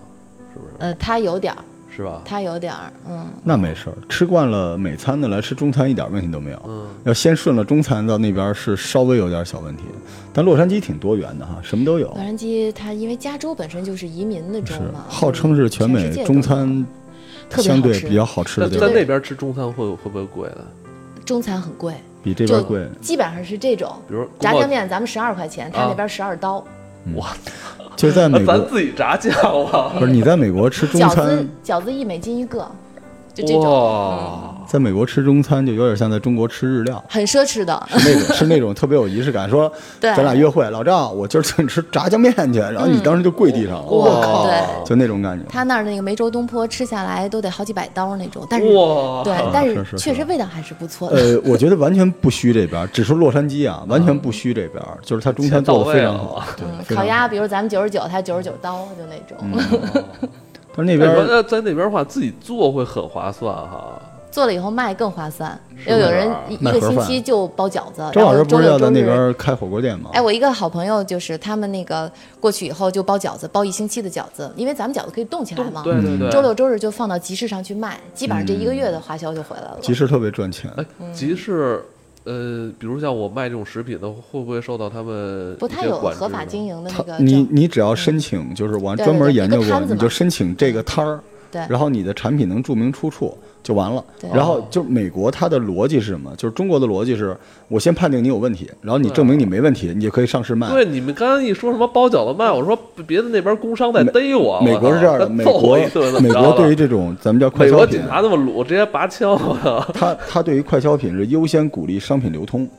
[SPEAKER 2] 是不是？
[SPEAKER 3] 呃，它有点儿，
[SPEAKER 2] 是吧？
[SPEAKER 3] 它有点儿，嗯，
[SPEAKER 4] 那没事儿，吃惯了美餐的来吃中餐一点问题都没有。
[SPEAKER 2] 嗯，
[SPEAKER 4] 要先顺了中餐到那边是稍微有点小问题，但洛杉矶挺多元的哈，什么都有
[SPEAKER 3] 洛，杉矶它因为加州本身就是移民的州
[SPEAKER 4] 是
[SPEAKER 3] 嘛，
[SPEAKER 4] 号称是全美
[SPEAKER 3] 世界都
[SPEAKER 4] 中
[SPEAKER 3] 有
[SPEAKER 4] 餐
[SPEAKER 3] 特别
[SPEAKER 4] 相对
[SPEAKER 3] 好吃
[SPEAKER 4] 比较好吃
[SPEAKER 2] 在
[SPEAKER 4] 的地
[SPEAKER 2] 在
[SPEAKER 4] 方，
[SPEAKER 2] 那边吃中餐会会不会贵呢？
[SPEAKER 3] 中餐很贵，
[SPEAKER 4] 比这
[SPEAKER 3] 就
[SPEAKER 4] 边贵。
[SPEAKER 3] 基本上是这种。
[SPEAKER 2] 比如
[SPEAKER 3] 炸酱
[SPEAKER 2] 酱，
[SPEAKER 3] 面咱们十二块钱，他
[SPEAKER 2] 啊
[SPEAKER 3] 那边十二刀。
[SPEAKER 2] 哇，
[SPEAKER 4] 就是在美
[SPEAKER 2] 呃咱
[SPEAKER 4] 国，
[SPEAKER 2] 自己炸酱啊！
[SPEAKER 4] 不是你在美国吃中
[SPEAKER 3] 饺
[SPEAKER 4] 餐
[SPEAKER 3] 子，饺子一美金一个，就 这种
[SPEAKER 2] 哇，
[SPEAKER 4] 在美国吃中餐就有点像在中国吃日料。
[SPEAKER 3] 很奢侈的。
[SPEAKER 4] 是 那种是那种特别有仪式感，说
[SPEAKER 3] 对嗯
[SPEAKER 4] 咱俩约会，老赵，我今儿请吃炸酱面去，然后你当时就跪地上了，我、靠，
[SPEAKER 3] 对
[SPEAKER 4] 就那种感觉。
[SPEAKER 3] 他那儿那个梅州东坡吃下来都得好几百刀那种，但是
[SPEAKER 2] 哇，
[SPEAKER 3] 对，但
[SPEAKER 4] 是是
[SPEAKER 3] 是确实味道还是不 错的。
[SPEAKER 4] 呃，我觉得完全不虚这边，只说洛杉矶啊，完全不虚这边，就是他中餐做的非 常好，对
[SPEAKER 3] 嗯，
[SPEAKER 4] 呃非常
[SPEAKER 3] 烤
[SPEAKER 4] 好。嗯
[SPEAKER 3] 鸭，比如咱们九十九，他九十九刀，就那种。
[SPEAKER 4] 但是
[SPEAKER 2] 那
[SPEAKER 4] 那
[SPEAKER 2] 边
[SPEAKER 4] 边
[SPEAKER 2] 那在那边的话，自己做会很划算哈。
[SPEAKER 3] 做了以后卖更划算，
[SPEAKER 2] 是啊
[SPEAKER 3] 又有
[SPEAKER 2] 吗
[SPEAKER 3] 人一一
[SPEAKER 4] 卖
[SPEAKER 3] 个
[SPEAKER 4] 盒
[SPEAKER 3] 星
[SPEAKER 4] 饭
[SPEAKER 3] 期就包饺子，
[SPEAKER 4] 哎周
[SPEAKER 3] 然
[SPEAKER 4] 老
[SPEAKER 3] 后
[SPEAKER 4] 师不
[SPEAKER 3] 周
[SPEAKER 4] 是
[SPEAKER 3] 六
[SPEAKER 4] 要
[SPEAKER 3] 周
[SPEAKER 4] 在那
[SPEAKER 3] 日。
[SPEAKER 4] 边开火锅店吗？
[SPEAKER 3] 哎，我一个好朋友就是他们那个过去以后就包饺子，包一星期的饺子，因为咱们饺子可以冻起来嘛。
[SPEAKER 2] 对对对，嗯
[SPEAKER 3] 周六周日就放到集市上去卖，基本上这一个月的花销就回来了。
[SPEAKER 4] 集市特别赚钱，
[SPEAKER 3] 嗯
[SPEAKER 2] 哎，集市，呃，比如像我卖这种食品的，会不会受到他们
[SPEAKER 3] 不，
[SPEAKER 2] 一
[SPEAKER 3] 他
[SPEAKER 2] 些
[SPEAKER 3] 有
[SPEAKER 2] 管
[SPEAKER 3] 合
[SPEAKER 2] 制
[SPEAKER 3] 法
[SPEAKER 2] 呢
[SPEAKER 3] 经营的那个
[SPEAKER 4] 你
[SPEAKER 3] 证，
[SPEAKER 4] 你只要申请，就是我
[SPEAKER 3] 对
[SPEAKER 4] 专门
[SPEAKER 3] 对
[SPEAKER 4] 研究
[SPEAKER 3] 一个
[SPEAKER 4] 过，
[SPEAKER 3] 摊子
[SPEAKER 4] 你
[SPEAKER 3] 嘛
[SPEAKER 4] 就申请这个摊儿，
[SPEAKER 3] 对
[SPEAKER 4] 然后你的产品能注明出处就完了
[SPEAKER 3] 对。
[SPEAKER 4] 然后就是美国它的逻辑是什么？就是中国的逻辑是我先判定你有问题，然后你证明你没问题，你就可以上市卖。
[SPEAKER 2] 对，你们刚刚一说什么包饺子卖，我说别的那边工商在逮我。
[SPEAKER 4] 美
[SPEAKER 2] 我
[SPEAKER 4] 国
[SPEAKER 2] 操
[SPEAKER 4] 是这样 的，
[SPEAKER 2] 他
[SPEAKER 4] 美
[SPEAKER 2] 揍我
[SPEAKER 4] 国
[SPEAKER 2] 一顿怎么
[SPEAKER 4] 美
[SPEAKER 2] 着
[SPEAKER 4] 国对
[SPEAKER 2] 了
[SPEAKER 4] 于这种咱们叫快
[SPEAKER 2] 美
[SPEAKER 4] 消
[SPEAKER 2] 国
[SPEAKER 4] 品
[SPEAKER 2] 警，察那么鲁，直接拔枪，我 操！
[SPEAKER 4] 它它对于快消品是优先鼓励商品流通，
[SPEAKER 3] 嗯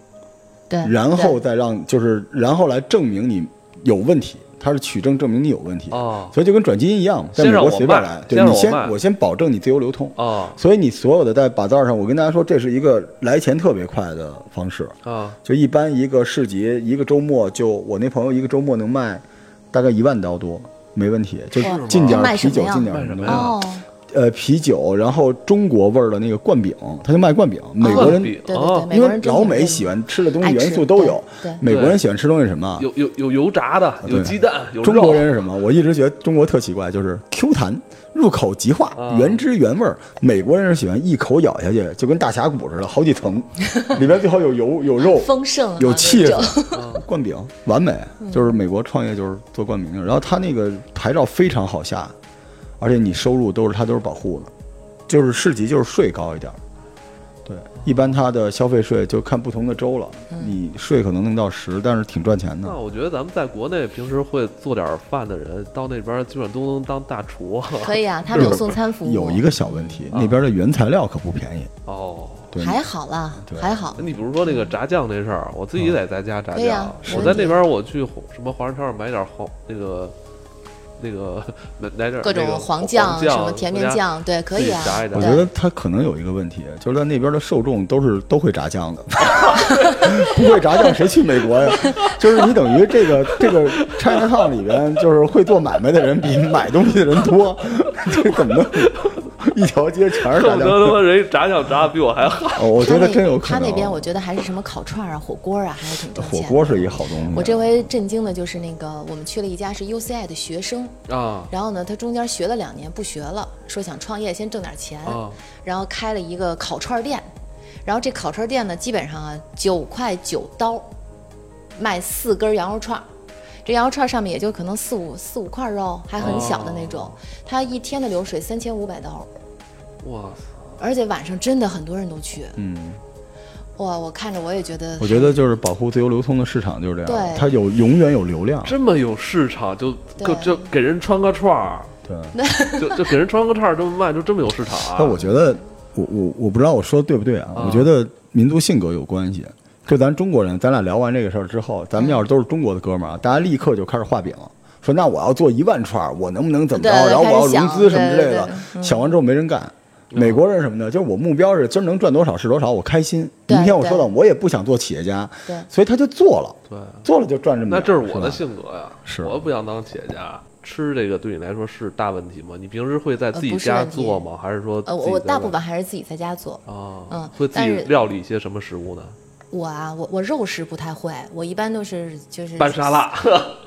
[SPEAKER 3] 对，
[SPEAKER 4] 然
[SPEAKER 3] 对
[SPEAKER 4] 后再让就是然后来证明你有问题，它是取证证明你有问题。
[SPEAKER 2] 哦
[SPEAKER 4] 所以就跟转基因一样，在
[SPEAKER 2] 先
[SPEAKER 4] 美
[SPEAKER 2] 让
[SPEAKER 4] 国
[SPEAKER 2] 我
[SPEAKER 4] 随便
[SPEAKER 2] 卖
[SPEAKER 4] 来，
[SPEAKER 2] 先
[SPEAKER 4] 对
[SPEAKER 2] 让
[SPEAKER 4] 你
[SPEAKER 2] 我
[SPEAKER 4] 先
[SPEAKER 2] 卖
[SPEAKER 4] 我先保证你自由流通。
[SPEAKER 2] 哦
[SPEAKER 4] 所以你所有的在把道上，我跟大家说，这是一个来钱特别快的方式。
[SPEAKER 2] 啊！
[SPEAKER 4] 就一般一个市集，一个周末就我那朋友一个周末能卖大概一万刀多，没问题。就是
[SPEAKER 3] 哇
[SPEAKER 4] 进
[SPEAKER 3] 他
[SPEAKER 4] 点儿
[SPEAKER 3] 卖什
[SPEAKER 4] 啤
[SPEAKER 3] 么
[SPEAKER 4] 酒，
[SPEAKER 3] 呀
[SPEAKER 4] 进点儿
[SPEAKER 2] 卖
[SPEAKER 4] 什
[SPEAKER 2] 什
[SPEAKER 4] 么
[SPEAKER 2] 么
[SPEAKER 4] 东
[SPEAKER 2] 呀
[SPEAKER 4] 西。
[SPEAKER 3] 哦，
[SPEAKER 4] 呃，啤酒，然后中国味儿的那个灌饼，他就卖灌饼。美国人
[SPEAKER 2] 啊灌饼
[SPEAKER 3] 对对
[SPEAKER 2] 哦
[SPEAKER 3] 对，美
[SPEAKER 4] 因
[SPEAKER 3] 国
[SPEAKER 4] 为
[SPEAKER 3] 人真
[SPEAKER 4] 老
[SPEAKER 3] 挺
[SPEAKER 4] 美
[SPEAKER 3] 会
[SPEAKER 4] 喜欢吃的东
[SPEAKER 3] 爱
[SPEAKER 4] 西
[SPEAKER 3] 吃
[SPEAKER 4] 元素都有
[SPEAKER 3] 对对。
[SPEAKER 4] 美国人喜欢吃东西什么啊？
[SPEAKER 2] 有有有油炸的，有
[SPEAKER 4] 对
[SPEAKER 2] 鸡蛋，有
[SPEAKER 4] 中国
[SPEAKER 2] 肉
[SPEAKER 4] 人是什么？我一直觉得中国特奇怪，就是 Q 弹，入口即化
[SPEAKER 2] 啊，
[SPEAKER 4] 原汁原味儿。美国人是喜欢一口咬下去，就跟大峡谷似的，好几层， 里边最好有油有肉。
[SPEAKER 3] 丰盛啊
[SPEAKER 4] 有
[SPEAKER 3] 那嗯
[SPEAKER 4] 气
[SPEAKER 3] 种
[SPEAKER 4] 势，灌饼完美，就是美国创业就是做灌饼，然后他那个牌照非常好下，而且你收入都是他都是保护的，就是市级就是税高一点儿，对，一般它的消费税就看不同的州了，
[SPEAKER 3] 嗯
[SPEAKER 4] 你税可能弄到十，但是挺赚钱的
[SPEAKER 3] 哦
[SPEAKER 2] 那。我觉得咱们在国内平时会做点饭的人，到那边基本上都能当大厨。
[SPEAKER 3] 可以啊，他们有送餐服务，
[SPEAKER 4] 有一个小问题，那边的原材料可不便宜。
[SPEAKER 2] 哦，
[SPEAKER 4] 对，
[SPEAKER 3] 哦还好啦，
[SPEAKER 4] 对
[SPEAKER 3] 还好，
[SPEAKER 2] 你比如说那个炸酱这事儿，我自
[SPEAKER 4] 嗯
[SPEAKER 2] 己得在家炸
[SPEAKER 3] 可以
[SPEAKER 2] 酱。
[SPEAKER 3] 啊
[SPEAKER 2] 我
[SPEAKER 3] 没
[SPEAKER 2] 在
[SPEAKER 3] 问题
[SPEAKER 2] 那边我去黄什么华人超市买点黄那个那个买买点
[SPEAKER 3] 各
[SPEAKER 2] 那个
[SPEAKER 3] 种
[SPEAKER 2] 黄
[SPEAKER 3] 酱、
[SPEAKER 2] 酱
[SPEAKER 3] 什么甜面， 酱，对，可
[SPEAKER 2] 回家
[SPEAKER 3] 以啊
[SPEAKER 2] 自己炸一炸
[SPEAKER 4] 我觉得它可能有一个问题，就是在那边的受众都是都会炸酱的， 不会炸酱谁去美国呀？ 就是你等于这个这个 China Town 里边，就是会做买卖的人比买东西的人多， 这怎么能一条街全是炸
[SPEAKER 2] 恨不
[SPEAKER 4] 酱？
[SPEAKER 2] 得他妈人家炸酱炸的比我还 好。
[SPEAKER 4] 哦，我觉得真有可
[SPEAKER 3] 他
[SPEAKER 4] 能。啊
[SPEAKER 3] 那边我觉得还是什么烤串啊、火锅啊，还是挺赚
[SPEAKER 4] 火
[SPEAKER 3] 钱的。
[SPEAKER 4] 锅是一好东
[SPEAKER 2] 嗯
[SPEAKER 4] 西。
[SPEAKER 3] 我这回震惊的就是那个，我们去了一家是 UCI 的学生，
[SPEAKER 2] 啊
[SPEAKER 3] 然后呢，他中间学了两年不学了，说想创业先挣点钱，
[SPEAKER 2] 啊
[SPEAKER 3] 然后开了一个烤串店，然后这烤串店呢，基本上啊九块九刀，卖四根羊肉串儿。这羊肉串儿上面也就可能四五四五块肉，还很小的那
[SPEAKER 2] 哦
[SPEAKER 3] 种。他一天的流水三千五百刀，
[SPEAKER 2] 哇塞！
[SPEAKER 3] 而且晚上真的很多人都去。
[SPEAKER 4] 嗯，
[SPEAKER 3] 哇，我看着我也觉得
[SPEAKER 4] 我觉得就是保护自由流通的市场就是这样，
[SPEAKER 3] 对
[SPEAKER 4] 它有永远有流量。
[SPEAKER 2] 这么有市场，就就
[SPEAKER 3] 对
[SPEAKER 2] 就给人穿个串儿，
[SPEAKER 4] 对，
[SPEAKER 2] 就就给人穿个串儿这么卖，就这么有市场啊！
[SPEAKER 4] 但我觉得，我我我不知道我说的对不对啊？
[SPEAKER 2] 啊
[SPEAKER 4] 我觉得民族性格有关系。就咱中国人，咱俩聊完这个事儿之后，咱们要是都是中国的哥们
[SPEAKER 3] 嗯
[SPEAKER 4] 儿啊，大家立刻就开始画饼，说那我要做一万串儿，我能不能怎么着？
[SPEAKER 3] 对对
[SPEAKER 4] 然后我要
[SPEAKER 3] 开始
[SPEAKER 4] 融
[SPEAKER 3] 想
[SPEAKER 4] 资什么之类
[SPEAKER 3] 对对
[SPEAKER 4] 的
[SPEAKER 3] 对。嗯
[SPEAKER 4] 想完之后没人干。美国人什么的，就是我目标是今儿能赚多少是多少，我开心。
[SPEAKER 3] 对
[SPEAKER 4] 明天我说了，
[SPEAKER 3] 对
[SPEAKER 4] 我也不想做企业家，
[SPEAKER 3] 对
[SPEAKER 4] 所以他就做了，
[SPEAKER 2] 对，
[SPEAKER 4] 做了就赚这么点
[SPEAKER 2] 那
[SPEAKER 4] 儿。
[SPEAKER 2] 这是我的
[SPEAKER 4] 吧
[SPEAKER 2] 性格呀，
[SPEAKER 4] 是
[SPEAKER 2] 我不想当企业家。吃这个对你来说是大问题吗？你平时会在自己
[SPEAKER 3] 呃不是
[SPEAKER 2] 家
[SPEAKER 3] 问题
[SPEAKER 2] 做吗？还是说自
[SPEAKER 3] 呃，我
[SPEAKER 2] 己
[SPEAKER 3] 我
[SPEAKER 2] 在
[SPEAKER 3] 大
[SPEAKER 2] 外
[SPEAKER 3] 部分还是自己在家做。
[SPEAKER 2] 啊，
[SPEAKER 3] 嗯
[SPEAKER 2] 会自
[SPEAKER 3] 但
[SPEAKER 2] 己
[SPEAKER 3] 是
[SPEAKER 2] 料理一些什么食物呢？
[SPEAKER 3] 我啊，我我肉食不太会，我一般都是就是
[SPEAKER 2] 拌沙 拉、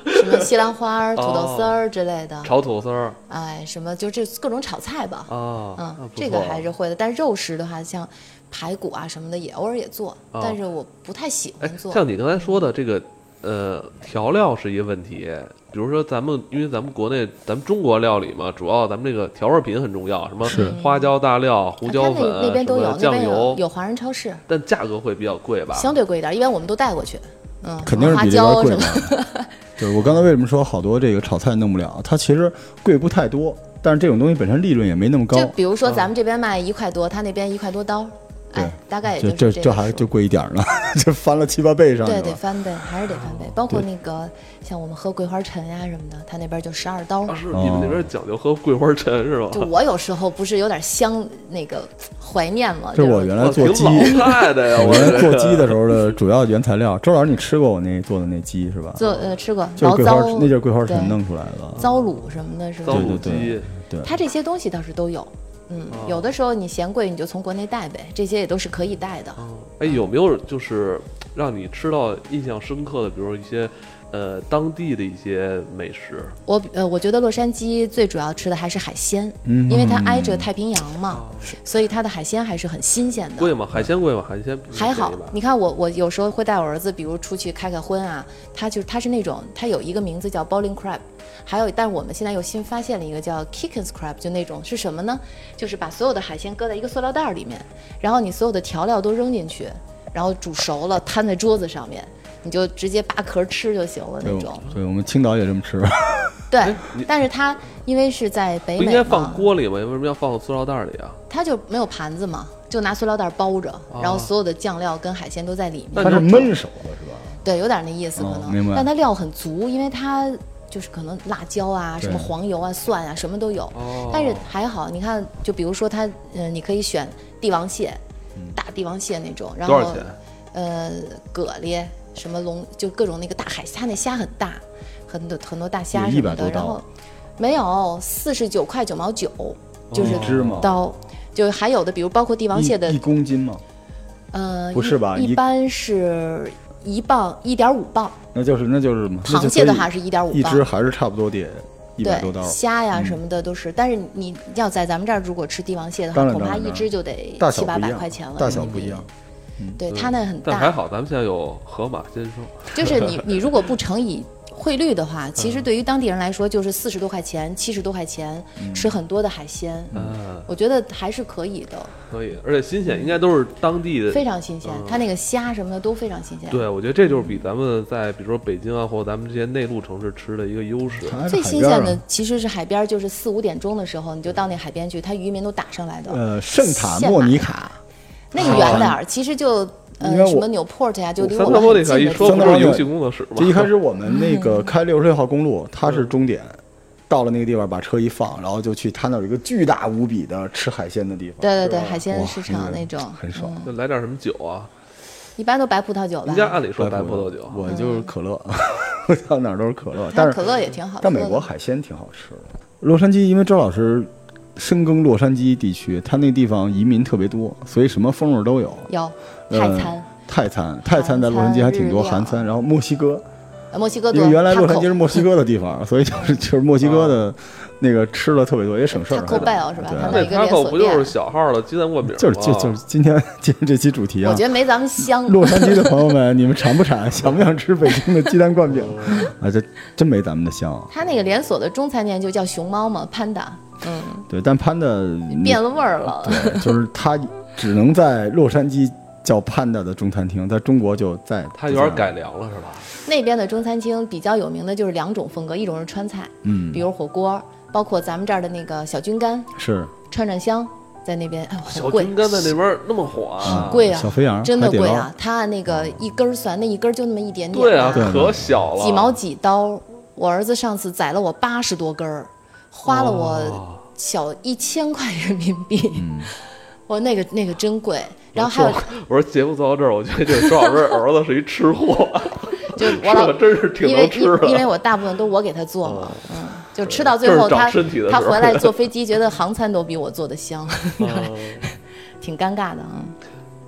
[SPEAKER 3] 什么西兰花 儿、土
[SPEAKER 2] 哦
[SPEAKER 3] 豆丝儿之类的，
[SPEAKER 2] 炒土豆丝儿
[SPEAKER 3] 哎，什么就这各种炒菜吧。
[SPEAKER 2] 啊，那
[SPEAKER 3] 嗯
[SPEAKER 2] 不，
[SPEAKER 3] 这个
[SPEAKER 2] 错
[SPEAKER 3] 还是会的，但肉食的话，像排骨啊什么的也偶尔也做，但是我不太喜
[SPEAKER 2] 啊哎
[SPEAKER 3] 欢，做。
[SPEAKER 2] 像你刚才说的这个，呃，调料是一个问题。比如说咱们，因为咱们国内咱们中国料理嘛，主要咱们这个调味品很重要，什么花椒大料、胡
[SPEAKER 3] 啊
[SPEAKER 2] 椒
[SPEAKER 3] 他
[SPEAKER 2] 粉、
[SPEAKER 3] 那那边都
[SPEAKER 2] 什
[SPEAKER 3] 有，
[SPEAKER 2] 么
[SPEAKER 3] 那边
[SPEAKER 2] 酱
[SPEAKER 3] 有
[SPEAKER 2] 油，
[SPEAKER 3] 有华人超市，
[SPEAKER 2] 但价格会比较贵吧？
[SPEAKER 3] 相对贵一点，一般我们都带过去。嗯，
[SPEAKER 4] 肯定是
[SPEAKER 3] 花
[SPEAKER 4] 比这边
[SPEAKER 3] 椒
[SPEAKER 4] 贵
[SPEAKER 3] 什么
[SPEAKER 4] 嘛。 对，我刚才为什么说好多这个炒菜弄不了？它其实贵不太多，但是这种东西本身利润也没那么高
[SPEAKER 3] 就，比如
[SPEAKER 2] 啊
[SPEAKER 3] 说咱们这边卖一块多，他那边一块多刀，哎
[SPEAKER 4] 对，
[SPEAKER 3] 大概也
[SPEAKER 4] 就是这
[SPEAKER 3] 这
[SPEAKER 4] 这
[SPEAKER 3] 个
[SPEAKER 4] 还
[SPEAKER 3] 数
[SPEAKER 4] 就贵一点儿呢， 就翻了七八倍上去
[SPEAKER 3] 对，得
[SPEAKER 4] 了。
[SPEAKER 3] 翻倍，还是得翻倍。包括
[SPEAKER 4] 对
[SPEAKER 3] 那个像我们喝桂花陈呀、什么的，他那边就十二刀。
[SPEAKER 4] 哦
[SPEAKER 2] 啊，是你们那边讲究喝桂花陈是吧
[SPEAKER 3] 就？我有时候不是有点香那个怀念吗？
[SPEAKER 4] 这
[SPEAKER 3] 就是
[SPEAKER 4] 我原来
[SPEAKER 2] 我
[SPEAKER 4] 做
[SPEAKER 2] 挺
[SPEAKER 4] 鸡，
[SPEAKER 2] 老派的呀，
[SPEAKER 4] 我
[SPEAKER 2] 我
[SPEAKER 4] 原来
[SPEAKER 2] 这
[SPEAKER 4] 做
[SPEAKER 2] 个
[SPEAKER 4] 鸡的时候的主要原材料，周老师你吃过我那做的那鸡是吧？
[SPEAKER 3] 做呃吃过
[SPEAKER 4] 就是
[SPEAKER 3] 醪
[SPEAKER 4] 桂花
[SPEAKER 3] 糟，，
[SPEAKER 4] 那就是桂花
[SPEAKER 3] 对
[SPEAKER 4] 陈弄出来的。
[SPEAKER 3] 糟卤什么的，是吧
[SPEAKER 2] 糟？卤
[SPEAKER 4] 对对
[SPEAKER 2] 鸡
[SPEAKER 4] 对。对，
[SPEAKER 3] 它这些东西倒是都有，嗯，有的时候你嫌贵，你就从国内带呗，这些也都是可以带的。
[SPEAKER 2] 哎，有没有就是让你吃到印象深刻的，比如一些呃当地的一些美食？
[SPEAKER 3] 我呃，我觉得洛杉矶最主要吃的还是海鲜，
[SPEAKER 4] 嗯
[SPEAKER 3] 因为它挨着太平洋嘛，所以它的海鲜还是很新鲜的。
[SPEAKER 2] 贵吗？海鲜贵吗？海鲜不是
[SPEAKER 3] 嗯还好
[SPEAKER 2] 便宜吧，
[SPEAKER 3] 你看我我有时候会带我儿子，比如出去开个荤啊，他就他是那种，他有一个名字叫 bowling crab，还有，但是我们现在又新发现了一个叫 Kickens crab，就那种是什么呢？就是把所有的海鲜搁在一个塑料袋儿里面，然后你所有的调料都扔进去，然后煮熟了摊在桌子上面，你就直接扒壳吃就行
[SPEAKER 2] 哎
[SPEAKER 3] 了那
[SPEAKER 4] 对
[SPEAKER 3] 种。
[SPEAKER 4] 对，我们青岛也这 么吃。
[SPEAKER 3] 对
[SPEAKER 2] 你，
[SPEAKER 3] 但是它因为是在北
[SPEAKER 2] 不应
[SPEAKER 3] 美
[SPEAKER 2] 该放
[SPEAKER 3] 嘛，
[SPEAKER 2] 锅里吗？为什么要放塑料袋里啊？
[SPEAKER 3] 它就没有盘子嘛，就拿塑料袋儿包着，
[SPEAKER 2] 哦
[SPEAKER 3] 然后所有的酱料跟海鲜都在里面。
[SPEAKER 2] 那
[SPEAKER 4] 它
[SPEAKER 2] 你
[SPEAKER 4] 是
[SPEAKER 2] 就
[SPEAKER 4] 焖熟的是吧？
[SPEAKER 3] 对，有点那意思
[SPEAKER 4] 哦
[SPEAKER 3] 可能，
[SPEAKER 4] 明白
[SPEAKER 3] 但它料很足，因为它就是可能辣椒啊、什么
[SPEAKER 4] 对
[SPEAKER 3] 黄油啊、蒜啊，什么都有。
[SPEAKER 2] 哦
[SPEAKER 3] 但是还好，你看，就比如说它，嗯、你可以选帝王蟹，
[SPEAKER 4] 嗯
[SPEAKER 3] 大帝王蟹那种，然
[SPEAKER 2] 多少
[SPEAKER 3] 后
[SPEAKER 2] 钱？
[SPEAKER 3] 呃，蛤蜊，什么龙，就各种那个大海，虾，那虾很大，很多很多大虾
[SPEAKER 4] 也
[SPEAKER 3] 什么
[SPEAKER 4] 100
[SPEAKER 3] 的，
[SPEAKER 4] 多
[SPEAKER 3] 然
[SPEAKER 4] 刀
[SPEAKER 3] 后没有四十九块九毛九，就是
[SPEAKER 4] 一只吗
[SPEAKER 3] 刀，就还有的，比如包括帝王蟹的
[SPEAKER 4] 哦一一公斤嘛，
[SPEAKER 3] 呃，
[SPEAKER 4] 不
[SPEAKER 3] 一
[SPEAKER 4] 是吧
[SPEAKER 3] 一
[SPEAKER 4] 一
[SPEAKER 3] 般是一磅一点五磅，
[SPEAKER 4] 那就是那就是嘛。那
[SPEAKER 3] 螃
[SPEAKER 4] 就
[SPEAKER 3] 蟹的
[SPEAKER 4] 所以
[SPEAKER 3] 话是1.5
[SPEAKER 4] 一
[SPEAKER 3] 磅
[SPEAKER 4] 只还是差不多得一百多刀嗯
[SPEAKER 3] 对，。虾呀什么的都是。但是你要在咱们这儿如果吃帝王蟹的话
[SPEAKER 4] 当，然
[SPEAKER 3] 恐怕
[SPEAKER 4] 当然
[SPEAKER 3] 一只就得
[SPEAKER 4] 大
[SPEAKER 3] 七
[SPEAKER 4] 小不
[SPEAKER 3] 八
[SPEAKER 4] 一
[SPEAKER 3] 百
[SPEAKER 4] 样
[SPEAKER 3] 块钱了，嗯
[SPEAKER 4] 大小嗯不一样。。
[SPEAKER 3] 对，它那很
[SPEAKER 2] 但还
[SPEAKER 3] 大，
[SPEAKER 2] 好，咱们现在有河马鲜生。
[SPEAKER 3] 就是你你如果不乘以汇率的话，其
[SPEAKER 4] 嗯
[SPEAKER 3] 实对于当地人来说就是四十多块钱、七十多块钱，
[SPEAKER 4] 嗯
[SPEAKER 3] 吃很多的海鲜，
[SPEAKER 2] 嗯，
[SPEAKER 3] 我觉得还是可以的，
[SPEAKER 2] 可以，而且新鲜，应该都是当地的
[SPEAKER 3] 非常新
[SPEAKER 2] 嗯
[SPEAKER 3] 鲜。它那个虾什么的都非常新鲜。
[SPEAKER 2] 对，我觉得这就是比咱们在比如说北京啊，或者咱们这些内陆城市吃的一个优势。
[SPEAKER 4] 还是
[SPEAKER 3] 最
[SPEAKER 4] 海
[SPEAKER 3] 新
[SPEAKER 4] 边
[SPEAKER 3] 鲜
[SPEAKER 4] 儿
[SPEAKER 3] 的
[SPEAKER 4] 啊，
[SPEAKER 3] 其实是海边儿，就是四五点钟的时候，你就到那海边去，它渔民都打上来的。
[SPEAKER 4] 呃，圣塔
[SPEAKER 3] 现
[SPEAKER 4] 莫
[SPEAKER 3] 买
[SPEAKER 4] 尼
[SPEAKER 3] 的
[SPEAKER 4] 卡，
[SPEAKER 3] 那个远点儿，其实就呃
[SPEAKER 4] 因为我
[SPEAKER 3] 什么纽珀这呀，就离
[SPEAKER 2] 三
[SPEAKER 3] 我
[SPEAKER 2] 大
[SPEAKER 3] 们
[SPEAKER 2] 波那
[SPEAKER 3] 很
[SPEAKER 2] 个
[SPEAKER 3] 近
[SPEAKER 2] 一
[SPEAKER 3] 的地
[SPEAKER 2] 说
[SPEAKER 3] 方。
[SPEAKER 2] 不就是游戏工作室吗？
[SPEAKER 4] 就一开始我们那
[SPEAKER 3] 嗯
[SPEAKER 4] 个开六十六号公路，它是终点，到了那个地方把车一放，然后就去它那儿有一个巨大无比的吃海鲜的地方，
[SPEAKER 3] 对对对，
[SPEAKER 2] 是吧
[SPEAKER 3] 海鲜
[SPEAKER 4] 哇
[SPEAKER 3] 市
[SPEAKER 4] 那
[SPEAKER 3] 场
[SPEAKER 4] 个
[SPEAKER 3] 那种
[SPEAKER 4] 很爽
[SPEAKER 3] 嗯
[SPEAKER 2] 就来点什么酒啊？
[SPEAKER 3] 一般都白葡萄酒吧
[SPEAKER 2] 人。
[SPEAKER 4] 啊
[SPEAKER 2] 家按理说白葡萄酒，
[SPEAKER 4] 我就是可乐， 我到哪儿都是可乐，但
[SPEAKER 3] 它嗯
[SPEAKER 4] 是
[SPEAKER 3] 可乐也挺好喝的。
[SPEAKER 4] 但美国海鲜挺好吃的。洛杉矶，因为周老师深耕洛杉矶地区，他那地方移民特别多，所以什么风味儿都有。
[SPEAKER 3] 有泰
[SPEAKER 4] 呃
[SPEAKER 3] 餐，
[SPEAKER 4] 泰餐，泰餐在洛杉矶还挺多，
[SPEAKER 3] 韩餐
[SPEAKER 4] 韩餐，然后墨西哥，
[SPEAKER 3] 呃墨西哥
[SPEAKER 4] 因
[SPEAKER 3] 多。
[SPEAKER 4] 为原来洛杉矶
[SPEAKER 3] Taco
[SPEAKER 4] 是墨西哥的 地方，所以就是就是墨西哥
[SPEAKER 2] 啊
[SPEAKER 4] 的那个吃的特别多，也省事儿。啊
[SPEAKER 3] Taco Bell 啊是吧
[SPEAKER 4] 对
[SPEAKER 3] 它
[SPEAKER 2] 那
[SPEAKER 3] 一个连
[SPEAKER 2] taco
[SPEAKER 3] 锁
[SPEAKER 2] 不就是
[SPEAKER 3] 店
[SPEAKER 2] 小号的鸡蛋灌饼吗？
[SPEAKER 4] 就是就
[SPEAKER 2] 啊
[SPEAKER 4] 就是今天 今天这期主题
[SPEAKER 3] 我
[SPEAKER 4] 啊
[SPEAKER 3] 觉，得没咱们香。
[SPEAKER 4] 洛杉矶的朋友们，你们馋 不馋？想不想吃北京的鸡蛋灌饼？啊，这真没咱们的香。啊
[SPEAKER 3] 它那个连锁的中餐店就叫熊猫嘛，Panda，嗯，
[SPEAKER 4] 对，但潘的
[SPEAKER 3] 变了味儿了。
[SPEAKER 4] 对，就是他只能在洛杉矶叫潘达的中餐厅，在中国就在
[SPEAKER 2] 它有点改，良了是吧？
[SPEAKER 3] 那边的中餐厅比较有名的就是两种风格，一种是川菜，
[SPEAKER 4] 嗯
[SPEAKER 3] 比，如火锅，包括咱们这儿的那个小菌干、
[SPEAKER 4] 是
[SPEAKER 3] 串串香，在那边哎很
[SPEAKER 2] 小
[SPEAKER 3] 贵
[SPEAKER 2] 军，干在那边那么火啊
[SPEAKER 3] 很？贵啊
[SPEAKER 4] 小肥羊，
[SPEAKER 3] 真的
[SPEAKER 4] 海底
[SPEAKER 3] 贵
[SPEAKER 4] 捞
[SPEAKER 3] 啊！！它按那个一根儿算，那一根儿就那么一点点，
[SPEAKER 2] 对啊，
[SPEAKER 4] 嗯对
[SPEAKER 2] 可小了，
[SPEAKER 3] 几毛几刀。我儿子上次宰了我八十多根儿，花了我
[SPEAKER 2] 哦
[SPEAKER 3] 小一千块人民币，
[SPEAKER 4] 嗯
[SPEAKER 3] 我那个那个真贵。然后还有
[SPEAKER 2] 我说节目做到这儿，我觉得这个周老师儿子是一吃货，
[SPEAKER 3] 就是我
[SPEAKER 2] 吃
[SPEAKER 3] 老
[SPEAKER 2] 的真是挺
[SPEAKER 3] 因为
[SPEAKER 2] 能吃
[SPEAKER 3] 因因为
[SPEAKER 2] 的。哦
[SPEAKER 3] 我大部分都我给他做嘛，嗯，就吃到
[SPEAKER 2] 就
[SPEAKER 3] 最
[SPEAKER 2] 是
[SPEAKER 3] 后
[SPEAKER 2] 长
[SPEAKER 3] 他
[SPEAKER 2] 身体的
[SPEAKER 3] 他
[SPEAKER 2] 时候
[SPEAKER 3] 回来 坐飞机，觉得航餐都比我做的香，
[SPEAKER 2] 嗯
[SPEAKER 3] 挺尴尬的啊。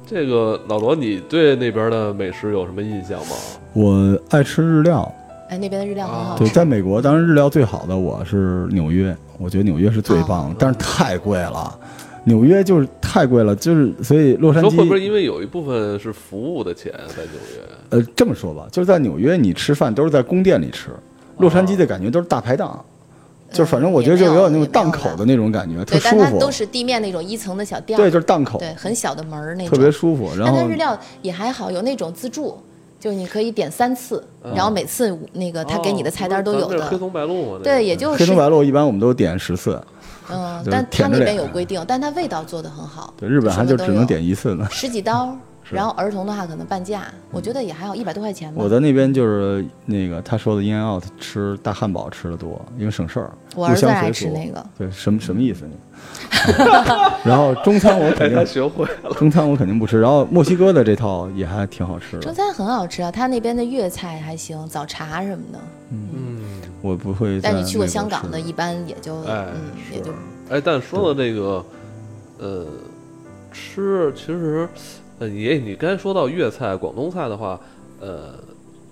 [SPEAKER 2] 这个老罗，你对那边的美食有什么印象吗？
[SPEAKER 4] 我爱吃日料，
[SPEAKER 3] 哎，那边的日料很好
[SPEAKER 4] 对，
[SPEAKER 3] 吃，
[SPEAKER 4] 在美国，当然日料最好的我是纽约，我觉得纽约是最
[SPEAKER 3] 哦
[SPEAKER 4] 棒的，但是太贵了，纽约就是太贵了，就是所以洛杉
[SPEAKER 2] 说会不会
[SPEAKER 4] 矶，
[SPEAKER 2] 因为有一部分是服务的钱在纽约？
[SPEAKER 4] 呃，这么说吧，就是在纽约你吃饭都是在宫殿里吃，洛杉矶的感觉都是大排档。就是反正我觉得
[SPEAKER 3] 哦
[SPEAKER 4] 就
[SPEAKER 3] 也没有
[SPEAKER 4] 有点那种
[SPEAKER 3] 也没有
[SPEAKER 4] 档口的那种感觉，特
[SPEAKER 3] 对，
[SPEAKER 4] 舒
[SPEAKER 3] 但它
[SPEAKER 4] 服。
[SPEAKER 3] 都是地面那种一层的小店儿，
[SPEAKER 4] 对，就是档口，
[SPEAKER 3] 对很小的门儿那种，
[SPEAKER 4] 特别舒服。然
[SPEAKER 3] 但它
[SPEAKER 4] 后
[SPEAKER 3] 日料也还好，有那种自助，就是你可以点三次，然后每次那个他给你的菜单都有
[SPEAKER 2] 嗯哦咱们这
[SPEAKER 3] 的。
[SPEAKER 2] 嗯黑松白露嘛，那个
[SPEAKER 3] 对，也就
[SPEAKER 4] 嗯黑
[SPEAKER 3] 是
[SPEAKER 4] 松白露一般我们都点十次，
[SPEAKER 3] 嗯
[SPEAKER 4] 就，是
[SPEAKER 3] 但他
[SPEAKER 4] 舔着
[SPEAKER 3] 那边
[SPEAKER 4] 脸嗯
[SPEAKER 3] 有规定，但它味道做的很好。
[SPEAKER 4] 对，日本还
[SPEAKER 3] 什么
[SPEAKER 4] 就只
[SPEAKER 3] 都
[SPEAKER 4] 能
[SPEAKER 3] 有
[SPEAKER 4] 点一次呢。
[SPEAKER 3] 十几刀，然后儿童的话可能半价，我觉得也还好，一百多块钱吧。
[SPEAKER 4] 我在那边就是那个他说的 in and out 吃大汉堡吃的多，因为省事儿，
[SPEAKER 3] 我
[SPEAKER 4] 入
[SPEAKER 3] 儿子
[SPEAKER 4] 乡
[SPEAKER 3] 爱
[SPEAKER 4] 随
[SPEAKER 3] 吃
[SPEAKER 4] 俗
[SPEAKER 3] 那个
[SPEAKER 4] 对，什么什么意思你？ 然后中餐我
[SPEAKER 2] 哎，
[SPEAKER 4] 肯
[SPEAKER 2] 他
[SPEAKER 4] 定
[SPEAKER 2] 学会了。
[SPEAKER 4] 中餐我肯定不吃，然后墨西哥的这套也还挺好吃
[SPEAKER 3] 中
[SPEAKER 4] 的，
[SPEAKER 3] 餐很好吃啊，他那边的粤菜还行，早茶什么的。
[SPEAKER 2] 嗯，
[SPEAKER 4] 我不会在
[SPEAKER 3] 但
[SPEAKER 4] 美
[SPEAKER 3] 你
[SPEAKER 4] 国吃。
[SPEAKER 3] 去过香港的，一般也就
[SPEAKER 2] 哎
[SPEAKER 3] 嗯，
[SPEAKER 2] 是
[SPEAKER 3] 也就
[SPEAKER 2] 哎，但说到这个，呃，吃其实，呃，也你刚才说到粤菜、广东菜的话，呃，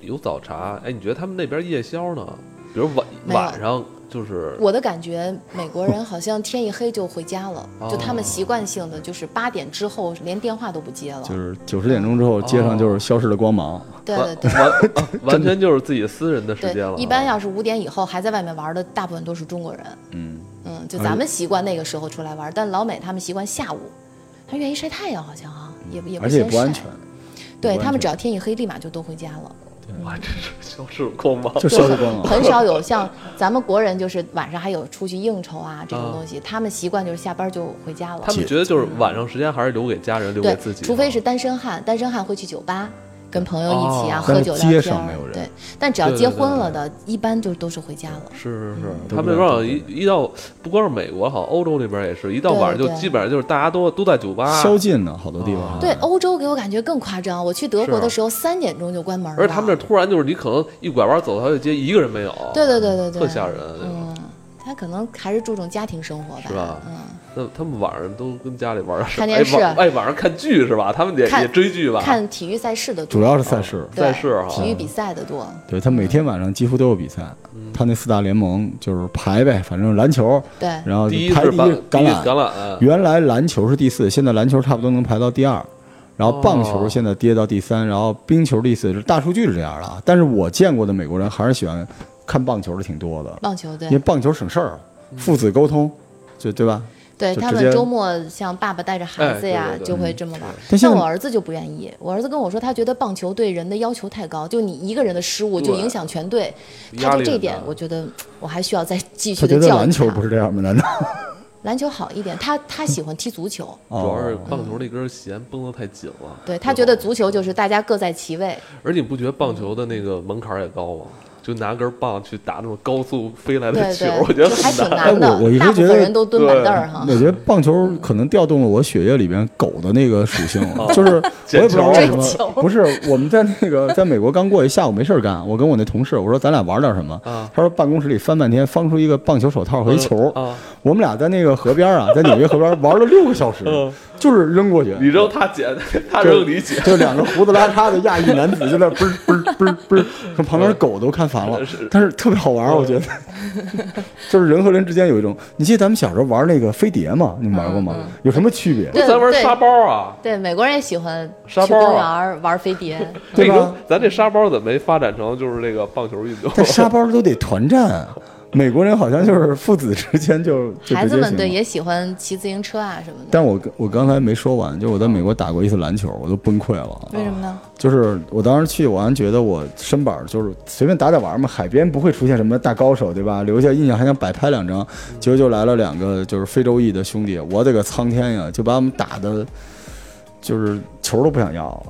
[SPEAKER 2] 有早茶。哎，你觉得他们那边夜宵呢？比如晚
[SPEAKER 3] 没有
[SPEAKER 2] 晚上就是
[SPEAKER 3] 我的感觉，美国人好像天一黑就回家 了，
[SPEAKER 4] 哦
[SPEAKER 3] 就他们习惯性的就是八点之后连电话都不接了。
[SPEAKER 4] 就是九十点钟之后，街上就是消失的光芒。
[SPEAKER 3] 对对
[SPEAKER 2] 完
[SPEAKER 3] 对。
[SPEAKER 2] 完啊完全就是自己私人的时间了啊。
[SPEAKER 3] 对，一般要是五点以后还在外面玩的，大部分都是中国人。
[SPEAKER 4] 嗯，
[SPEAKER 3] 嗯，就咱们习惯那个时候出来玩，但老美他们习惯下午，他愿意晒太阳，好像啊，也不也不
[SPEAKER 4] 嗯而且也
[SPEAKER 3] 嫌
[SPEAKER 4] 不
[SPEAKER 3] 晒。
[SPEAKER 4] 安全，
[SPEAKER 3] 对
[SPEAKER 4] 不安
[SPEAKER 3] 他们
[SPEAKER 4] 全
[SPEAKER 3] 只要天一黑，立马就都回家 了，
[SPEAKER 2] 啊哇，这是消失光芒。
[SPEAKER 4] 就消失光啊芒。
[SPEAKER 3] 很 少有像咱们国人就是晚上还有出去应酬啊这种东西，他们习惯就是下班就回家了。
[SPEAKER 2] 他们觉得就是晚上时间还是留给家人，留给
[SPEAKER 3] 对
[SPEAKER 2] 自，己啊，
[SPEAKER 3] 除非是单身汉，单身汉会去酒吧。跟朋友一起啊，
[SPEAKER 2] 哦
[SPEAKER 3] 喝酒
[SPEAKER 4] 但
[SPEAKER 3] 聊天
[SPEAKER 4] 是街
[SPEAKER 3] 儿。
[SPEAKER 4] 上没有人
[SPEAKER 3] 对，但只要
[SPEAKER 2] 对
[SPEAKER 3] 结
[SPEAKER 2] 对对
[SPEAKER 3] 婚
[SPEAKER 2] 对嗯
[SPEAKER 3] 了的，一般就都是回家了。
[SPEAKER 2] 是是是，
[SPEAKER 4] 都
[SPEAKER 2] 他
[SPEAKER 4] 不
[SPEAKER 2] 们
[SPEAKER 4] 知
[SPEAKER 2] 往
[SPEAKER 4] 道
[SPEAKER 2] 往一一到不光是美国，好像欧洲那边也是，一到
[SPEAKER 3] 对
[SPEAKER 2] 晚上就
[SPEAKER 3] 对
[SPEAKER 2] 基本上就是大家都都在酒吧，
[SPEAKER 4] 宵禁呢，好多地方还。
[SPEAKER 3] 对，欧洲给我感觉更夸张。我去德国
[SPEAKER 2] 是啊
[SPEAKER 3] 的时候，三点钟就关门了。
[SPEAKER 2] 而且他们那儿突然就是你可能一拐弯走条街，一个人没有，
[SPEAKER 3] 对对对对对，
[SPEAKER 2] 特吓人那种。
[SPEAKER 3] 嗯，他可能还是注重家庭生活吧。
[SPEAKER 2] 是吧
[SPEAKER 3] 嗯，
[SPEAKER 2] 那他们晚上都跟家里玩儿什么
[SPEAKER 3] 看电视
[SPEAKER 2] 哎晚哎，晚上看剧是吧？他们也
[SPEAKER 3] 看
[SPEAKER 2] 也追剧吧？
[SPEAKER 3] 看体育赛事的多，
[SPEAKER 4] 主要是赛事。
[SPEAKER 3] 对
[SPEAKER 2] 赛事哈
[SPEAKER 3] 体育比赛的多。
[SPEAKER 4] 对他每天晚上几乎都有比赛，
[SPEAKER 2] 嗯
[SPEAKER 4] 他那四大联盟就是排呗，反正篮球，
[SPEAKER 3] 对，
[SPEAKER 2] 嗯
[SPEAKER 4] 然后
[SPEAKER 2] 第一
[SPEAKER 4] 排
[SPEAKER 2] 是
[SPEAKER 4] 哦第一
[SPEAKER 2] 橄榄，
[SPEAKER 4] 橄榄，
[SPEAKER 2] 橄榄，
[SPEAKER 4] 原来篮球是第四，现在篮球差不多能排到第二，然后棒球现在跌到第三，然后冰球第四，大数据是这样的啊。但是我见过的美国人还是喜欢看棒球的挺多的，
[SPEAKER 3] 棒球对
[SPEAKER 4] 因为棒球省事儿，父子沟通，就对吧？
[SPEAKER 3] 对
[SPEAKER 4] 就
[SPEAKER 3] 他
[SPEAKER 4] 直
[SPEAKER 3] 们
[SPEAKER 4] 接
[SPEAKER 3] 周末像爸爸带着孩
[SPEAKER 2] 哎
[SPEAKER 3] 子
[SPEAKER 2] 对
[SPEAKER 3] 呀，
[SPEAKER 2] 对对
[SPEAKER 3] 就会这么玩儿。
[SPEAKER 4] 但现
[SPEAKER 3] 像
[SPEAKER 4] 在
[SPEAKER 3] 我儿子就不愿意，我儿子跟我说，他觉得棒球对人的要求太高，就你一个人的失误就
[SPEAKER 2] 对
[SPEAKER 3] 影响全队。
[SPEAKER 2] 嗯压
[SPEAKER 3] 他就
[SPEAKER 2] 力
[SPEAKER 3] 这
[SPEAKER 2] 很
[SPEAKER 3] 点
[SPEAKER 2] 大，
[SPEAKER 3] 我觉得我还需要再继续
[SPEAKER 4] 他觉
[SPEAKER 3] 的
[SPEAKER 4] 得
[SPEAKER 3] 教育
[SPEAKER 4] 篮球
[SPEAKER 3] 他
[SPEAKER 4] 不是这样吗？ 难道？
[SPEAKER 3] 篮球好一点，他他喜欢踢足球，
[SPEAKER 2] 主要是
[SPEAKER 4] 哦
[SPEAKER 2] 棒球那根弦绷得太紧了。
[SPEAKER 3] 对他觉得足球就是大家各在 其位，
[SPEAKER 2] 而且你不觉得棒球的那个门槛儿也高吗？就拿根棒去打那种高速飞来的
[SPEAKER 3] 对
[SPEAKER 2] 球，
[SPEAKER 3] 对，
[SPEAKER 2] 我觉得
[SPEAKER 3] 就还挺
[SPEAKER 2] 很
[SPEAKER 4] 哎
[SPEAKER 3] 难的。
[SPEAKER 4] 我我一直
[SPEAKER 3] 大部
[SPEAKER 4] 觉得
[SPEAKER 3] 分人都蹲板凳儿哈
[SPEAKER 4] 我，觉得棒球可能调动了我血液里边狗的那个属性， 就是我也不知道为什
[SPEAKER 3] 追
[SPEAKER 4] 么
[SPEAKER 3] 求。
[SPEAKER 4] 不是，我们在那个在美国刚过一下午没事儿干，我跟我那同事我说咱俩玩点什么
[SPEAKER 2] 啊，
[SPEAKER 4] 他说办公室里翻半天，翻出一个棒球手套和一球，
[SPEAKER 2] 啊！
[SPEAKER 4] 我们俩在那个河边 啊，在纽约河边玩了六个小时
[SPEAKER 2] 嗯，
[SPEAKER 4] 就是扔过去，
[SPEAKER 2] 你扔他捡，他
[SPEAKER 4] 就
[SPEAKER 2] 扔你捡，
[SPEAKER 4] 就两个胡子拉碴的亚裔男子就 在那嘣嘣嘣嘣，跟旁边狗都看烦了
[SPEAKER 2] 嗯是，嗯
[SPEAKER 4] 但是特别好玩，我觉得， 就是人和人之间有一种，你记得咱们小时候玩那个飞碟吗？你们玩过
[SPEAKER 2] 嗯
[SPEAKER 4] 吗？有什么区别？
[SPEAKER 3] 对
[SPEAKER 2] 咱玩
[SPEAKER 3] 对
[SPEAKER 2] 沙包啊，
[SPEAKER 3] 对美国人也喜欢去
[SPEAKER 2] 沙包
[SPEAKER 3] 公
[SPEAKER 2] 啊
[SPEAKER 3] 园儿玩飞碟，
[SPEAKER 4] 对
[SPEAKER 2] 那
[SPEAKER 4] 吧
[SPEAKER 2] 个咱这沙包怎么没发展成就是那个棒球运动？
[SPEAKER 4] 但沙包都得团战，啊美国人好像就是父子之间就就
[SPEAKER 3] 孩
[SPEAKER 4] 直
[SPEAKER 3] 子
[SPEAKER 4] 接
[SPEAKER 3] 们
[SPEAKER 4] 行
[SPEAKER 3] 对
[SPEAKER 4] 了。
[SPEAKER 3] 也喜欢骑自行车啊什么的。
[SPEAKER 4] 但我我刚才没说完，就是我在美国打过一次篮球，我都崩溃了。
[SPEAKER 2] 啊
[SPEAKER 3] 为什么呢？
[SPEAKER 4] 就是我当时去，我还觉得我身板就是随便打打玩儿嘛，海边不会出现什么大高手，对吧？留下印象还想摆拍两张，结果就来了两个就是非洲裔的兄弟，我的个苍天呀，就把我们打的，就是球都不想要了，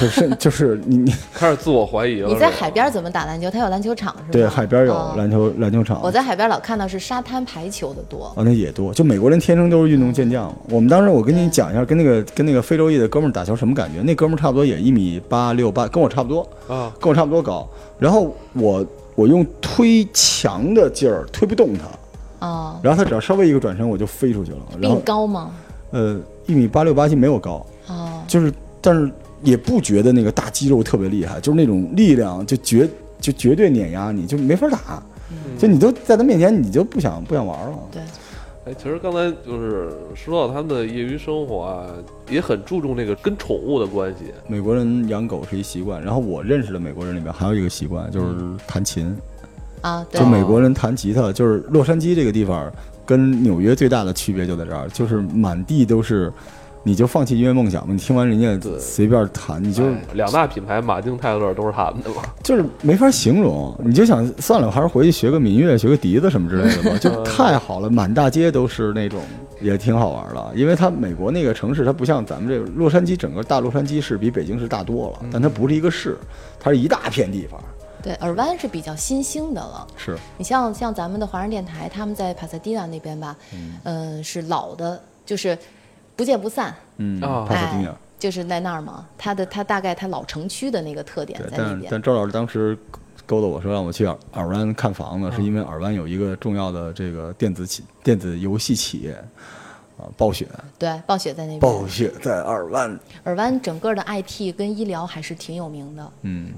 [SPEAKER 4] 就是 就是你你
[SPEAKER 2] 开始自我怀疑了。
[SPEAKER 3] 你在
[SPEAKER 2] 是吧
[SPEAKER 3] 海边怎么打篮球？他有篮球场是吗？
[SPEAKER 4] 对海边有
[SPEAKER 3] 哦
[SPEAKER 4] 篮球篮球场，
[SPEAKER 3] 我在海边老看到是沙滩排球的多。
[SPEAKER 4] 啊，那也多。就美国人天生都是运动健将嘛。我们当时我跟你讲一下，跟那个跟那个非洲裔的哥们儿打球什么感觉？那哥们儿差不多也一米八六八，跟我差不多，
[SPEAKER 2] 啊，
[SPEAKER 4] 跟我差不多高。然后我我用推墙的劲儿推不动他，
[SPEAKER 3] 哦，
[SPEAKER 4] 然后他只要稍微一个转身我就飞出去了。
[SPEAKER 3] 比
[SPEAKER 4] 嗯然
[SPEAKER 3] 你
[SPEAKER 4] 后
[SPEAKER 3] 高吗？
[SPEAKER 4] 呃，一米八六八七没我高，
[SPEAKER 3] 哦，
[SPEAKER 4] 就是但是也不觉得那个大肌肉特别厉害，就是那种力量就绝就绝对碾压你，就没法打。
[SPEAKER 3] 嗯
[SPEAKER 2] 嗯
[SPEAKER 4] 就你都在他面前，你就不想不想玩了。
[SPEAKER 3] 对，
[SPEAKER 2] 哎，其实刚才就是说到他们的业余生活啊，也很注重那个跟宠物的关系。
[SPEAKER 4] 美国人养狗是一习惯，然后我认识的美国人里面还有一个习惯就是弹琴，
[SPEAKER 3] 啊，对
[SPEAKER 4] 就，美国人弹吉他，就是洛杉矶这个地方跟纽约最大的区别就在这儿，就是满地都是，你就放弃音乐梦想吧，你听完人家
[SPEAKER 2] 对
[SPEAKER 4] 随便弹，你就
[SPEAKER 2] 哎两大品牌马丁、泰勒都是他们的嘛。
[SPEAKER 4] 就是没法形容，你就想算了，我还是回去学个民乐，学个笛子什么之类 的吧，就太好了，满大街都是那种，也挺好玩的。因为它美国那个城市，它不像咱们这个洛杉矶，整个大洛杉矶市比北京市大多
[SPEAKER 2] 嗯
[SPEAKER 4] 了，但它不是一个市，它是一大片地方。
[SPEAKER 3] 对，尔湾是比较新兴的了。
[SPEAKER 4] 是，
[SPEAKER 3] 你像像咱们的华人电台，他们在帕萨迪纳那边吧，嗯、是老的，就是不见不散，
[SPEAKER 4] 嗯
[SPEAKER 2] 啊
[SPEAKER 4] 帕萨迪
[SPEAKER 3] 哎
[SPEAKER 4] 纳。
[SPEAKER 3] 就是在那儿嘛。它的它大概它老城区的那个特点
[SPEAKER 4] 对，
[SPEAKER 3] 在那
[SPEAKER 4] 但
[SPEAKER 3] 边。
[SPEAKER 4] 但赵老师当时勾搭我说让我去尔尔湾看房子，是因为
[SPEAKER 3] 嗯
[SPEAKER 4] 尔湾有一个重要的这个电子企电子游戏企业啊，暴雪，
[SPEAKER 3] 对，暴雪在那边。
[SPEAKER 4] 暴雪在尔湾，
[SPEAKER 3] 尔湾整个的 IT 跟医疗还是挺有名的，
[SPEAKER 4] 嗯，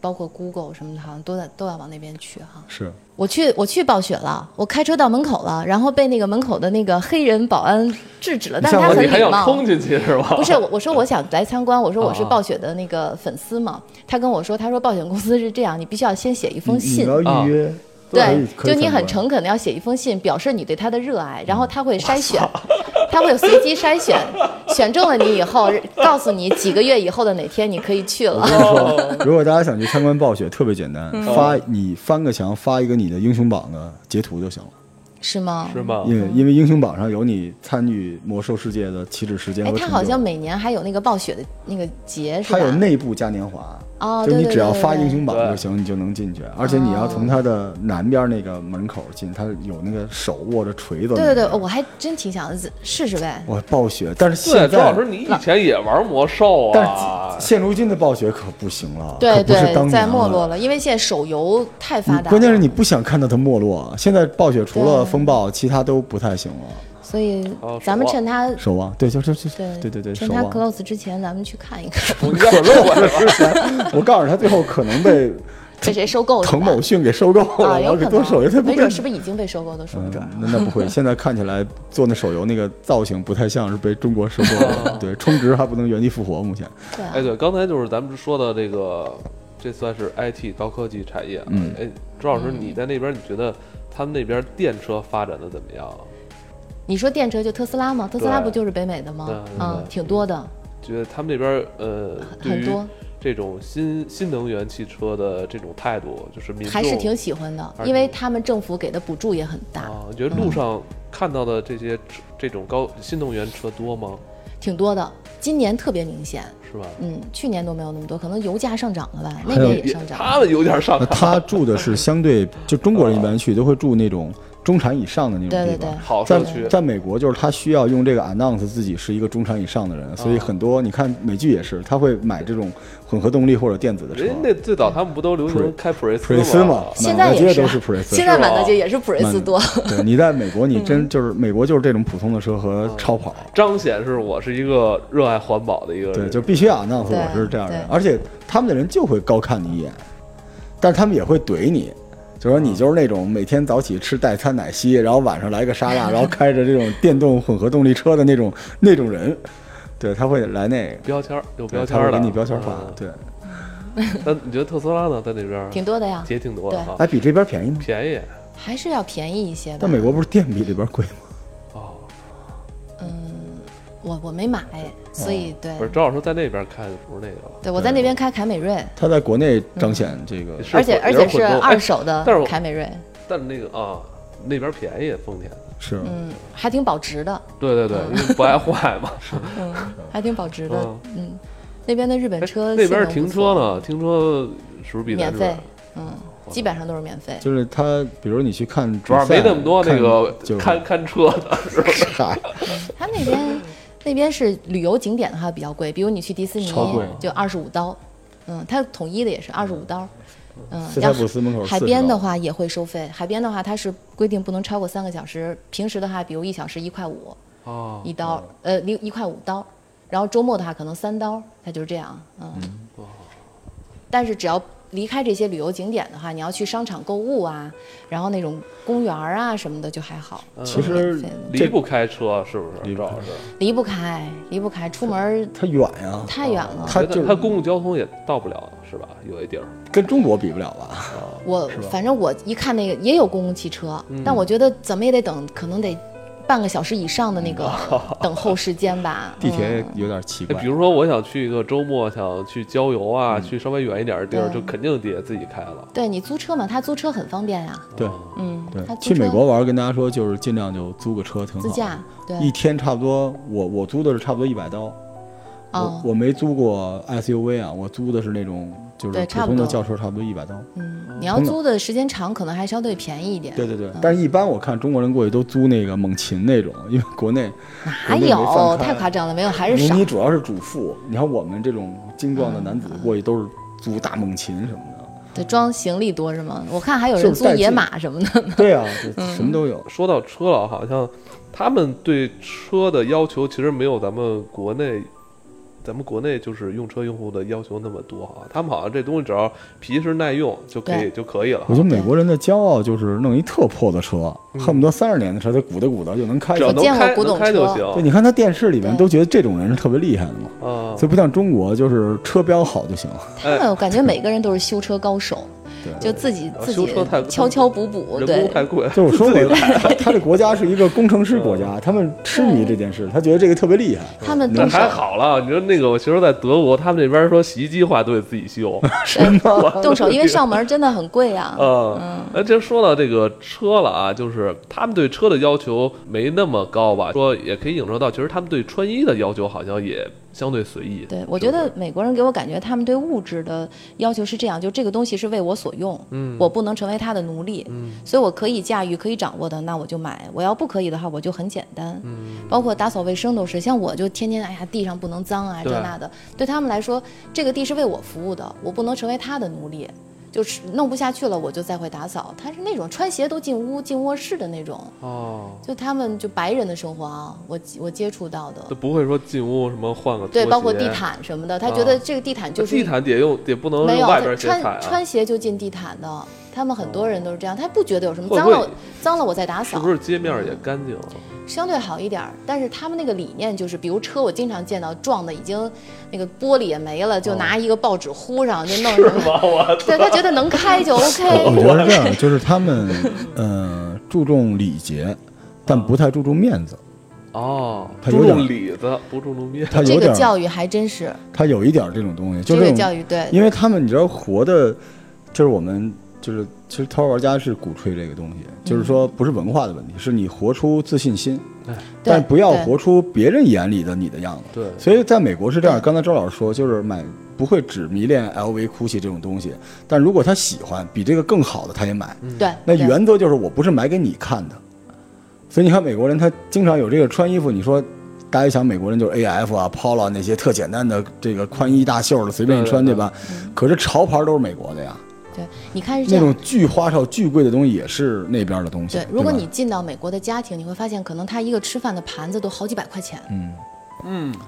[SPEAKER 3] 包括 Google 什么的，好像都在都要往那边去哈。
[SPEAKER 4] 是
[SPEAKER 3] 我去，我去暴雪了，我开车到门口了，然后被那个门口的那个黑人保安制止了，但是他
[SPEAKER 4] 像我
[SPEAKER 3] 很
[SPEAKER 2] 你还
[SPEAKER 3] 礼
[SPEAKER 2] 想
[SPEAKER 3] 貌。
[SPEAKER 2] 冲进去是吧？
[SPEAKER 3] 不
[SPEAKER 4] 啊
[SPEAKER 3] 是，我我说我想来参观，我说我是
[SPEAKER 2] 啊啊
[SPEAKER 3] 暴雪的那个粉丝嘛，他跟我说，他说暴雪公司是这样，你必须要先写一封信，
[SPEAKER 4] 你要
[SPEAKER 2] 啊
[SPEAKER 4] 预约，可
[SPEAKER 3] 对
[SPEAKER 4] 以，可以
[SPEAKER 3] 就你
[SPEAKER 4] 参
[SPEAKER 3] 很
[SPEAKER 4] 观
[SPEAKER 3] 诚恳的要写一封信，表示你对他的热爱，然后他
[SPEAKER 4] 嗯
[SPEAKER 3] 会筛选， 他会有随机筛选，选中了你以后，告诉你几个月以后的哪天你可以去了。
[SPEAKER 4] 如果大家想去参观暴雪，特别简单，
[SPEAKER 3] 嗯
[SPEAKER 4] 发你翻个墙，发一个你的英雄榜的截图就行了。
[SPEAKER 3] 是吗？
[SPEAKER 2] 是吗？
[SPEAKER 4] 因为因为英雄榜上有你参与魔兽世界的起止时间
[SPEAKER 3] 哎
[SPEAKER 4] 和，
[SPEAKER 3] 他
[SPEAKER 4] 成
[SPEAKER 3] 好
[SPEAKER 4] 就
[SPEAKER 3] 像每年还有那个暴雪的那个节是吧？
[SPEAKER 4] 它有内部嘉年华。
[SPEAKER 3] 哦，
[SPEAKER 4] 就
[SPEAKER 3] 对
[SPEAKER 4] 你
[SPEAKER 3] 对
[SPEAKER 4] 只要
[SPEAKER 3] 对
[SPEAKER 4] 发
[SPEAKER 3] 对哦
[SPEAKER 4] 英雄榜
[SPEAKER 2] 对
[SPEAKER 4] 就行，你就能进去。而且你要从它的南边那个门口进，它有那个手握着锤子。
[SPEAKER 3] 对哦对对，我还真挺想试试呗。
[SPEAKER 4] 我暴雪，但是
[SPEAKER 2] 对，
[SPEAKER 4] 现
[SPEAKER 2] 周
[SPEAKER 4] 在
[SPEAKER 2] 老师，，你啊以前也玩魔兽
[SPEAKER 4] 但
[SPEAKER 2] 啊
[SPEAKER 4] 是？现如今的暴雪可不行了，
[SPEAKER 3] 对
[SPEAKER 4] 可不是
[SPEAKER 3] 对
[SPEAKER 4] 当，年
[SPEAKER 3] 在没落
[SPEAKER 4] 了。
[SPEAKER 3] 了，因为现在手游太发
[SPEAKER 4] 你
[SPEAKER 3] 达了，
[SPEAKER 4] 关键是你不想看到它没落。现在暴雪除了
[SPEAKER 3] 对
[SPEAKER 4] 风暴，其他都不太行了。
[SPEAKER 3] 所以
[SPEAKER 2] 哦
[SPEAKER 3] 咱们
[SPEAKER 2] 手
[SPEAKER 3] 趁它
[SPEAKER 4] 守望，对，就就就
[SPEAKER 3] 对
[SPEAKER 4] 对对对，
[SPEAKER 3] 趁
[SPEAKER 4] 守
[SPEAKER 3] 它
[SPEAKER 4] 望。
[SPEAKER 3] close 之前，咱们去看一看。
[SPEAKER 2] 我应该说我
[SPEAKER 4] 我告诉你，他最后可能被
[SPEAKER 3] 被谁收购是吧？
[SPEAKER 4] 腾某讯给收购
[SPEAKER 3] 啊，
[SPEAKER 4] 了，
[SPEAKER 3] 有
[SPEAKER 4] 我给
[SPEAKER 3] 可
[SPEAKER 4] 做
[SPEAKER 3] 能，
[SPEAKER 4] 手游，它不
[SPEAKER 3] 没
[SPEAKER 4] 会
[SPEAKER 3] 准是不是已经被收购都说不准啊。
[SPEAKER 4] 嗯那那不会，现在看起来做那手游那个造型不太像是被中国收购 的，对，充值还不能原地复活，目前。
[SPEAKER 3] 对啊
[SPEAKER 2] 哎，，对，刚才就是咱们说的这个，这算是 IT 高科技产业啊。
[SPEAKER 4] 嗯
[SPEAKER 2] 哎，周老师，你在那边，你觉得他们那边电车发展的怎么样啊？
[SPEAKER 3] 你说电车就特斯拉吗？特斯拉
[SPEAKER 2] 对
[SPEAKER 3] 不就是北美的吗
[SPEAKER 2] 对对？
[SPEAKER 3] 嗯
[SPEAKER 2] 对，
[SPEAKER 3] 挺多的，
[SPEAKER 2] 觉得他们那边呃，对
[SPEAKER 3] 很
[SPEAKER 2] 于
[SPEAKER 3] 多
[SPEAKER 2] 这种新新能源汽车的这种态度，就是民众
[SPEAKER 3] 还是挺喜欢的，
[SPEAKER 2] 还是
[SPEAKER 3] 因为
[SPEAKER 2] 挺
[SPEAKER 3] 他们政府给的补助也很大，
[SPEAKER 2] 啊。你觉
[SPEAKER 3] 嗯
[SPEAKER 2] 得路上看到的这些车这种高新能源车多吗？
[SPEAKER 3] 挺多的。今年特别明显，
[SPEAKER 2] 是吧？
[SPEAKER 3] 嗯，去年都没有那么多，可能油价上涨了吧？那
[SPEAKER 4] 有
[SPEAKER 3] 边呃也上 涨
[SPEAKER 2] 他们有点上
[SPEAKER 4] 那
[SPEAKER 2] 涨。
[SPEAKER 4] 呃他住的是相对，就中国人一般去都会住那种中产以上的那种
[SPEAKER 3] 对
[SPEAKER 4] 地
[SPEAKER 3] 对
[SPEAKER 4] 方。
[SPEAKER 3] 对
[SPEAKER 2] 好
[SPEAKER 4] 在
[SPEAKER 2] 社区，
[SPEAKER 4] 在美国，就是他需要用这个 announce 自己是一个中产以上的人，
[SPEAKER 2] 嗯
[SPEAKER 4] 所以很多你看美剧也是，他会买这种混合动力或者电子的车
[SPEAKER 2] 人家。那最早他们不都流行
[SPEAKER 4] Pri-
[SPEAKER 2] 开普锐
[SPEAKER 4] 普锐斯
[SPEAKER 2] 斯
[SPEAKER 4] 嘛
[SPEAKER 2] 吗？，
[SPEAKER 3] 现在
[SPEAKER 4] 满大
[SPEAKER 3] 也
[SPEAKER 4] 街
[SPEAKER 3] 是
[SPEAKER 4] 都
[SPEAKER 3] 啊
[SPEAKER 4] 是普锐斯。
[SPEAKER 3] 现在满大街也是普锐
[SPEAKER 4] 满
[SPEAKER 3] 斯多，
[SPEAKER 4] 对你在美国，你
[SPEAKER 2] 嗯
[SPEAKER 4] 真就是美国就是这种普通的车和超跑，
[SPEAKER 2] 彰显是我是一个热爱环保的一个人。
[SPEAKER 4] 对，就必须 announce 我是这样的人，
[SPEAKER 3] 对
[SPEAKER 4] 而且他们的人就会高看你一眼，但是他们也会怼你。就说
[SPEAKER 2] 嗯
[SPEAKER 4] 你就是那种每天早起吃代餐奶昔，然后晚上来个沙拉，然后开着这种电动混合动力车的那种那种人，对他会来那个，
[SPEAKER 2] 标签儿有
[SPEAKER 4] 对
[SPEAKER 2] 标签
[SPEAKER 4] 他
[SPEAKER 2] 儿
[SPEAKER 4] 会
[SPEAKER 2] 的，
[SPEAKER 4] 给你标签发。
[SPEAKER 2] 嗯
[SPEAKER 4] 对，
[SPEAKER 2] 那你觉得特斯拉呢，在那边儿
[SPEAKER 3] 挺多的呀，
[SPEAKER 2] 也挺多的哈，
[SPEAKER 4] 哎，比这边便宜吗？
[SPEAKER 2] 便宜
[SPEAKER 3] 还是要便宜一些吧
[SPEAKER 4] 但。美国不是电比这边贵吗？
[SPEAKER 2] 哦。
[SPEAKER 3] 我我没买，
[SPEAKER 4] 哦
[SPEAKER 3] 所以对
[SPEAKER 2] 不是，张老师在那边看不是那个了，
[SPEAKER 3] 对，我在那边开凯美瑞，
[SPEAKER 4] 他在国内
[SPEAKER 3] 嗯
[SPEAKER 4] 彰显这个，
[SPEAKER 2] 是
[SPEAKER 3] 而且
[SPEAKER 2] 混
[SPEAKER 3] 而
[SPEAKER 2] 也
[SPEAKER 3] 且
[SPEAKER 2] 是
[SPEAKER 3] 是
[SPEAKER 2] 混动
[SPEAKER 3] 二手的
[SPEAKER 2] 哎但是我
[SPEAKER 3] 凯美瑞，
[SPEAKER 2] 但是那个啊，那边便宜，丰田。
[SPEAKER 4] 是
[SPEAKER 3] 嗯，还挺保值的，
[SPEAKER 2] 对对对，因为不爱坏 嘛。
[SPEAKER 3] 嗯，还挺保嗯值的
[SPEAKER 2] 嗯，
[SPEAKER 3] 嗯。那边的日本
[SPEAKER 2] 哎
[SPEAKER 3] 车
[SPEAKER 2] 那
[SPEAKER 3] 性
[SPEAKER 2] 边
[SPEAKER 3] 能不
[SPEAKER 2] 停
[SPEAKER 3] 错
[SPEAKER 2] 车，呢，停车是不是比哦咱
[SPEAKER 3] 免
[SPEAKER 2] 这
[SPEAKER 3] 费
[SPEAKER 2] 边？，
[SPEAKER 3] 嗯，基本上都是免费。
[SPEAKER 4] 就是他，比如你去看比赛，
[SPEAKER 2] 主要没那么多那个
[SPEAKER 4] 就
[SPEAKER 2] 看看车的，
[SPEAKER 4] 嗨，
[SPEAKER 3] 他那边那边是旅游景点的话比较贵，比如你去迪士尼
[SPEAKER 4] 超贵
[SPEAKER 3] 就二十五刀，嗯，它统一的也是二十五刀，嗯，
[SPEAKER 4] 斯
[SPEAKER 3] 要
[SPEAKER 4] 台普斯门口
[SPEAKER 3] 海边
[SPEAKER 4] 40
[SPEAKER 3] 的
[SPEAKER 4] 刀
[SPEAKER 3] 话也会收费，海边的话它是规定不能超过三个小时，平时的话比如一小时一块五
[SPEAKER 4] 啊
[SPEAKER 2] 哦，
[SPEAKER 3] 一刀，呃零一块五刀，然后周末的话可能三刀，它就是这样，嗯，但是只要。离开这些旅游景点的话，你要去商场购物啊，然后那种公园儿啊什么的就还好。
[SPEAKER 4] 其
[SPEAKER 3] 是免
[SPEAKER 4] 实
[SPEAKER 3] 费的
[SPEAKER 2] 嗯离不开车是不是？
[SPEAKER 4] 离不
[SPEAKER 2] 张
[SPEAKER 4] 开
[SPEAKER 2] 老师，
[SPEAKER 3] 离不开，离不开，出门儿
[SPEAKER 4] 它远呀，
[SPEAKER 3] 太远了。
[SPEAKER 4] 它
[SPEAKER 2] 觉得
[SPEAKER 4] 就是
[SPEAKER 2] 它公共交通也到不了是吧？有一地儿
[SPEAKER 4] 跟中国比不了吧？嗯
[SPEAKER 3] 我反正我一看那个也有公共汽车，但我觉得怎么也得等，可能得半个小时以上的那个等候时间吧。
[SPEAKER 4] 嗯 地铁也
[SPEAKER 3] 嗯
[SPEAKER 4] 有点奇
[SPEAKER 2] 哎
[SPEAKER 4] 怪，
[SPEAKER 2] 比如说我想去一个周末，想去郊游
[SPEAKER 3] 嗯
[SPEAKER 2] 啊，去稍微远一点的地儿，
[SPEAKER 3] 对
[SPEAKER 2] 就肯定得自己开了。
[SPEAKER 3] 对你租车嘛，他租车很方便呀。
[SPEAKER 4] 对
[SPEAKER 2] 哦
[SPEAKER 3] 嗯，他
[SPEAKER 4] 哦对，
[SPEAKER 3] 租
[SPEAKER 4] 去
[SPEAKER 3] 车
[SPEAKER 4] 美国玩，跟大家说就是尽量就租个车挺好
[SPEAKER 3] 自
[SPEAKER 4] 的，
[SPEAKER 3] 驾，对，
[SPEAKER 4] 一天差不多，我我租的是差不多一百刀，我
[SPEAKER 3] 哦
[SPEAKER 4] 我没租过 SUV 啊，我租的是那种就是
[SPEAKER 3] 对
[SPEAKER 4] 普
[SPEAKER 3] 差不
[SPEAKER 4] 通的
[SPEAKER 3] 多
[SPEAKER 4] 轿车，差不多一百刀。
[SPEAKER 3] 嗯，你要租的时间长，可能还相对便宜一点。
[SPEAKER 4] 对对对，但是一般我看中国人过去都租那个猛禽那种，因为国内
[SPEAKER 3] 哪
[SPEAKER 4] 国内没放
[SPEAKER 3] 有
[SPEAKER 4] 开
[SPEAKER 3] 太夸张了，没有还是
[SPEAKER 4] 你
[SPEAKER 3] 少。嗯
[SPEAKER 4] 你主要是主妇，你看我们这种精壮的男子过去都是租大猛禽什么的。
[SPEAKER 3] 对，装行李多是吗？我看还有
[SPEAKER 4] 就
[SPEAKER 3] 人
[SPEAKER 4] 是
[SPEAKER 3] 租
[SPEAKER 4] 带劲
[SPEAKER 3] 野马什么的。
[SPEAKER 4] 对啊，就
[SPEAKER 3] 嗯
[SPEAKER 4] 什么都有。
[SPEAKER 2] 说到车了，好像他们对车的要求其实没有咱们国内，咱们国内就是用车用户的要求那么多啊。他们好像这东西只要皮实耐用就可以
[SPEAKER 3] 对
[SPEAKER 2] 就可以了啊
[SPEAKER 4] 我觉，得美国人的骄傲就是弄一特破的车，恨不得三十年的车，他鼓捣鼓捣就能开
[SPEAKER 2] 只要
[SPEAKER 4] 起
[SPEAKER 2] 能
[SPEAKER 4] 来。
[SPEAKER 3] 见过
[SPEAKER 2] 开
[SPEAKER 3] 古
[SPEAKER 2] 能
[SPEAKER 3] 董
[SPEAKER 2] 开就
[SPEAKER 3] 车
[SPEAKER 4] 对，
[SPEAKER 2] 行
[SPEAKER 4] 你看他电视里面
[SPEAKER 3] 对
[SPEAKER 4] 都觉得这种人是特别厉害的嘛，
[SPEAKER 2] 啊。
[SPEAKER 4] 所以不像中国，就是车标好就行。
[SPEAKER 3] 他们我感觉每个人都是修车高手，就自己
[SPEAKER 2] 啊
[SPEAKER 3] 自
[SPEAKER 2] 修
[SPEAKER 3] 己
[SPEAKER 2] 车太
[SPEAKER 3] 敲敲补补，
[SPEAKER 2] 人
[SPEAKER 3] 对
[SPEAKER 2] 工，太贵，
[SPEAKER 4] 就我说
[SPEAKER 2] 自己
[SPEAKER 4] 过， 他这国家是一个工程师国家，他们痴迷这件事，他觉得这个特别厉害。
[SPEAKER 3] 他们
[SPEAKER 2] 那
[SPEAKER 3] 动 手
[SPEAKER 2] 还 好了。你说那个，我其实，在德国，他们那边说洗衣机话都得自己修，
[SPEAKER 3] 动手，因为上门真的很贵 啊。
[SPEAKER 2] 嗯，哎，这说到这个车了啊，就是他们对车的要求没那么高吧？说也可以影射到，其实他们对穿衣的要求好像也相对随意。
[SPEAKER 3] 对，我
[SPEAKER 2] 是不
[SPEAKER 3] 觉
[SPEAKER 2] 是
[SPEAKER 3] 得美国人给我感觉他们对物质的要求是这样，就这个东西是为我所用，嗯，我不能成为他的奴隶，嗯，所以我可以驾驭、可以掌握的，那我就买；我要不可以的话，我就很简单，嗯，包括打扫卫生都是，像我就天天哎呀地上不能脏啊，这
[SPEAKER 2] 对
[SPEAKER 3] 那的，对他们来说，这个地是为我服务的，我不能成为他的奴隶。就是弄不下去了，我就再会打扫。他是那种穿鞋都进屋进卧室的那种，
[SPEAKER 2] 哦，
[SPEAKER 3] 就他们就白人的生活啊，我我接触到的
[SPEAKER 2] 就，不会说进屋什么换个
[SPEAKER 3] 对，
[SPEAKER 2] 拖
[SPEAKER 3] 包括
[SPEAKER 2] 鞋啊
[SPEAKER 3] 地，毯什么的，他觉得这个地毯就是
[SPEAKER 2] 地毯也用也不能
[SPEAKER 3] 没
[SPEAKER 2] 用
[SPEAKER 3] 有
[SPEAKER 2] 外边
[SPEAKER 3] 他
[SPEAKER 2] 鞋踩
[SPEAKER 3] 穿
[SPEAKER 2] 啊哦
[SPEAKER 3] 穿，鞋就进地毯的，他们很多人都是这样，他不觉得有什么
[SPEAKER 2] 会不
[SPEAKER 3] 脏了
[SPEAKER 2] 会
[SPEAKER 3] 脏了我再打
[SPEAKER 2] 是
[SPEAKER 3] 扫，
[SPEAKER 2] 不是街面也干净啊？
[SPEAKER 3] 相对好一点儿，但是他们那个理念就是，比如车我经常见到撞的已经那个玻璃也没了，
[SPEAKER 2] 哦
[SPEAKER 3] 就拿一个报纸糊上，就弄什么？对他觉得能 开就
[SPEAKER 4] 我我
[SPEAKER 3] OK。
[SPEAKER 4] 觉得是这样的，就是他们，呃，注重礼节，但不太注重面子。
[SPEAKER 2] 哦，
[SPEAKER 4] 他有
[SPEAKER 2] 注重
[SPEAKER 4] 点
[SPEAKER 2] 里子不注重面，
[SPEAKER 4] 他有
[SPEAKER 3] 这
[SPEAKER 4] 点
[SPEAKER 3] 个
[SPEAKER 4] 儿，
[SPEAKER 3] 教育还真是，
[SPEAKER 4] 他有一点儿这种东西，就
[SPEAKER 3] 这个
[SPEAKER 4] 这种
[SPEAKER 3] 教育对，
[SPEAKER 4] 因为他们你知道活的，就是我们就是其实《头号玩家》是鼓吹这个东西，就是说不是文化的问题，是你活出自信心，但
[SPEAKER 3] 对
[SPEAKER 4] 不要
[SPEAKER 3] 对
[SPEAKER 4] 活出别人眼里的你的样子。
[SPEAKER 2] 对
[SPEAKER 4] 所以在美国是这样，
[SPEAKER 3] 对
[SPEAKER 4] 刚才周老师说，就是买不会只迷恋 LV、GUCCI 这种东西，但如果他喜欢比这个更好的，他也买。
[SPEAKER 3] 对
[SPEAKER 4] 那
[SPEAKER 3] 对
[SPEAKER 4] 原则就是我不是买给你看的，所以你看美国人他经常有这个穿衣服，你说大家一想美国人就是 A F 啊、Polo 那些特简单的这个宽衣大袖的随便一穿，
[SPEAKER 2] 对
[SPEAKER 4] 对
[SPEAKER 2] 对
[SPEAKER 4] 吧？可是潮牌都是美国的呀，
[SPEAKER 3] 对，你看是这
[SPEAKER 4] 那
[SPEAKER 3] 样
[SPEAKER 4] 种。巨花哨、巨贵的东西也是那边的东西。
[SPEAKER 3] 对
[SPEAKER 4] 对，，
[SPEAKER 3] 如果你。进到美国的家庭，你会发现，可能他一个吃饭的盘子都好几百块钱。
[SPEAKER 4] 嗯，